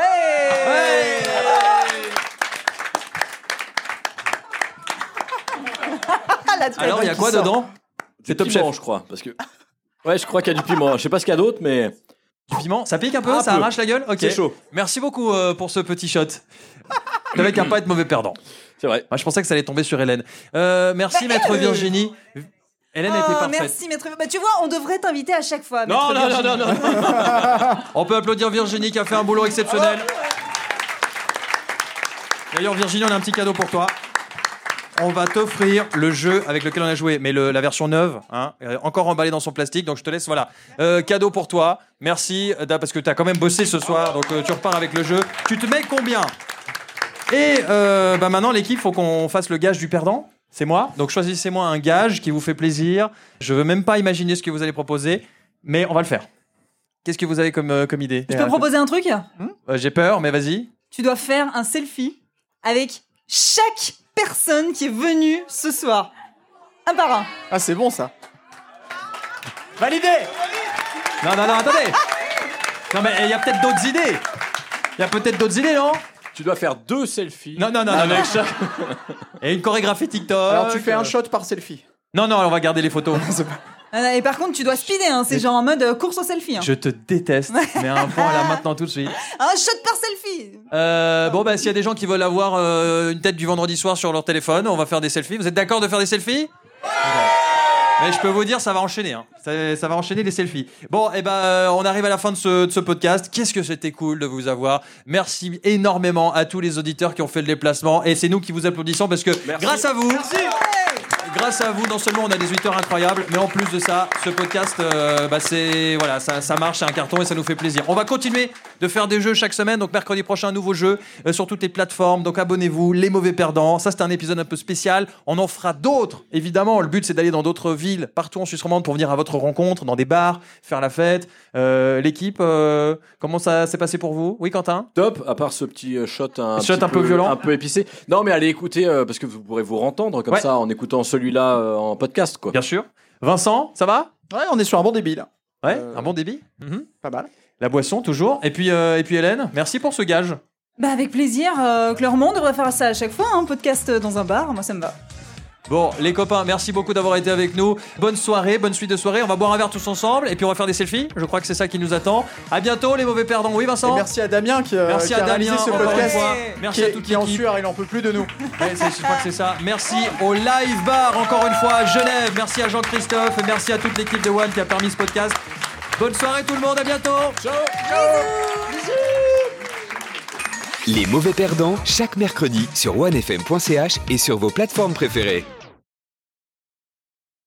S2: Alors, il y a quoi dedans
S5: C'est top chef, je crois. Parce que... Ouais, je crois qu'il y a du piment. Je sais pas ce qu'il y a d'autre, mais.
S2: Du piment Ça pique un peu
S5: Un
S2: Ça
S5: peu.
S2: arrache la gueule Ok.
S5: C'est chaud.
S2: Merci beaucoup euh, pour ce petit shot. T'avais qu'à pas être mauvais perdant.
S5: C'est vrai.
S2: je pensais que ça allait tomber sur Hélène. Euh, merci,
S3: Bah,
S2: maître
S3: euh.
S2: Virginie. Hélène était
S3: Oh,
S2: parfaite.
S3: merci, maître. Bah, tu vois, on devrait t'inviter à chaque fois.
S2: Non,
S3: maître
S2: non, non, non,
S3: Virginie.
S2: On peut applaudir Virginie qui a fait un boulot exceptionnel.
S3: Oh,
S2: D'ailleurs, Virginie, on a un petit cadeau pour toi. On va t'offrir le jeu avec lequel on a joué, mais le- la version neuve, hein, euh, encore emballée dans son plastique. Donc je te laisse, voilà. Euh, cadeau pour toi. Merci, euh, parce que tu as quand même bossé ce soir. Donc euh, tu repars avec le jeu. Tu te mets combien Et euh, bah, maintenant, l'équipe, faut qu'on fasse le gage du perdant. C'est moi. Donc choisissez-moi un gage qui vous fait plaisir. Je veux même pas imaginer ce que vous allez proposer, mais on va le faire. Qu'est-ce que vous avez comme, euh, comme idée
S3: Je peux proposer un truc
S2: Euh, J'ai peur, mais vas-y.
S3: Tu dois faire un selfie avec chaque personne qui est venue ce soir. Un par un.
S4: Ah, c'est bon ça.
S2: Validé Non, non, non, attendez Non, mais il y a peut-être d'autres idées Il y a peut-être d'autres idées, non
S5: Tu dois faire deux selfies.
S2: Non, non, non, non, non.
S5: Avec chaque-
S2: Et une chorégraphie TikTok.
S4: Ah, Alors, tu fais un
S2: euh,
S4: shot par selfie.
S2: Non, non, on va garder les photos.
S3: Ah, non, Et par contre, tu dois speeder. hein, C'est
S2: Mais-
S3: genre en mode euh, course au selfie. hein.
S2: Je te déteste, mais à un point là maintenant tout de suite.
S3: Un shot par selfie.
S2: Euh, bon, bah, s'il y a des gens qui veulent avoir euh, une tête du vendredi soir sur leur téléphone, on va faire des selfies. Vous êtes d'accord de faire des selfies mais je peux vous dire, ça va enchaîner. hein. Ça, ça va enchaîner les selfies. Bon, et ben, euh, on arrive à la fin de ce, de ce podcast. Qu'est-ce que c'était cool de vous avoir. Merci énormément à tous les auditeurs qui ont fait le déplacement. Et c'est nous qui vous applaudissons parce que grâce à vous, Grâce à vous, non seulement on a des 8 heures incroyables, mais en plus de ça, ce podcast, euh, bah, c'est voilà, ça, ça marche, c'est un carton et ça nous fait plaisir. On va continuer de faire des jeux chaque semaine. Donc mercredi prochain, un nouveau jeu euh, sur toutes les plateformes. Donc abonnez-vous. Les mauvais perdants. Ça, c'est un épisode un peu spécial. On en fera d'autres, évidemment. Le but, c'est d'aller dans d'autres villes, partout en Suisse romande, pour venir à votre rencontre, dans des bars, faire la fête. Euh, L'équipe, euh, comment ça s'est passé pour vous Oui, Quentin.
S5: Top, à part ce petit euh, shot un,
S2: Shot
S5: petit
S2: un peu violent.
S5: un peu épicé. Non, mais allez écouter euh, parce que vous pourrez vous entendre comme
S2: Ouais.
S5: ça en écoutant celui-là euh, en podcast, quoi.
S2: Bien sûr. Vincent, ça va
S4: Ouais, on est sur un bon débit là. Euh, mm-hmm.
S2: Ouais, un bon débit. Mhm.
S4: Pas mal.
S2: La boisson toujours. Et puis, euh, et puis Hélène, merci pour ce gage.
S3: Bah avec plaisir, euh, Clermont devrait faire ça à chaque fois, un podcast dans un bar, moi ça me va.
S2: Bon, les copains, merci beaucoup d'avoir été avec nous. Bonne soirée, bonne suite de soirée. On va boire un verre tous ensemble et puis on va faire des selfies. Je crois que c'est ça qui nous attend. À bientôt, les mauvais perdants. Oui, Vincent.
S4: Et merci à Damien qui, euh,
S2: Merci
S4: qui
S2: à
S4: a réalisé
S2: Damien,
S4: ce
S2: encore une
S4: podcast.
S2: fois. Merci
S4: qui,
S2: à toute
S4: qui est en
S2: l'équipe.
S4: sueur, il en peut plus de nous.
S2: Ouais, c'est- je crois que c'est ça. Merci au Live Bar encore une fois à Genève. Merci à Jean-Christophe et merci à toute l'équipe de One qui a permis ce podcast. Bonne soirée tout le monde, à bientôt. Ciao.
S1: Les mauvais perdants, chaque mercredi sur onefm.ch et sur vos plateformes préférées.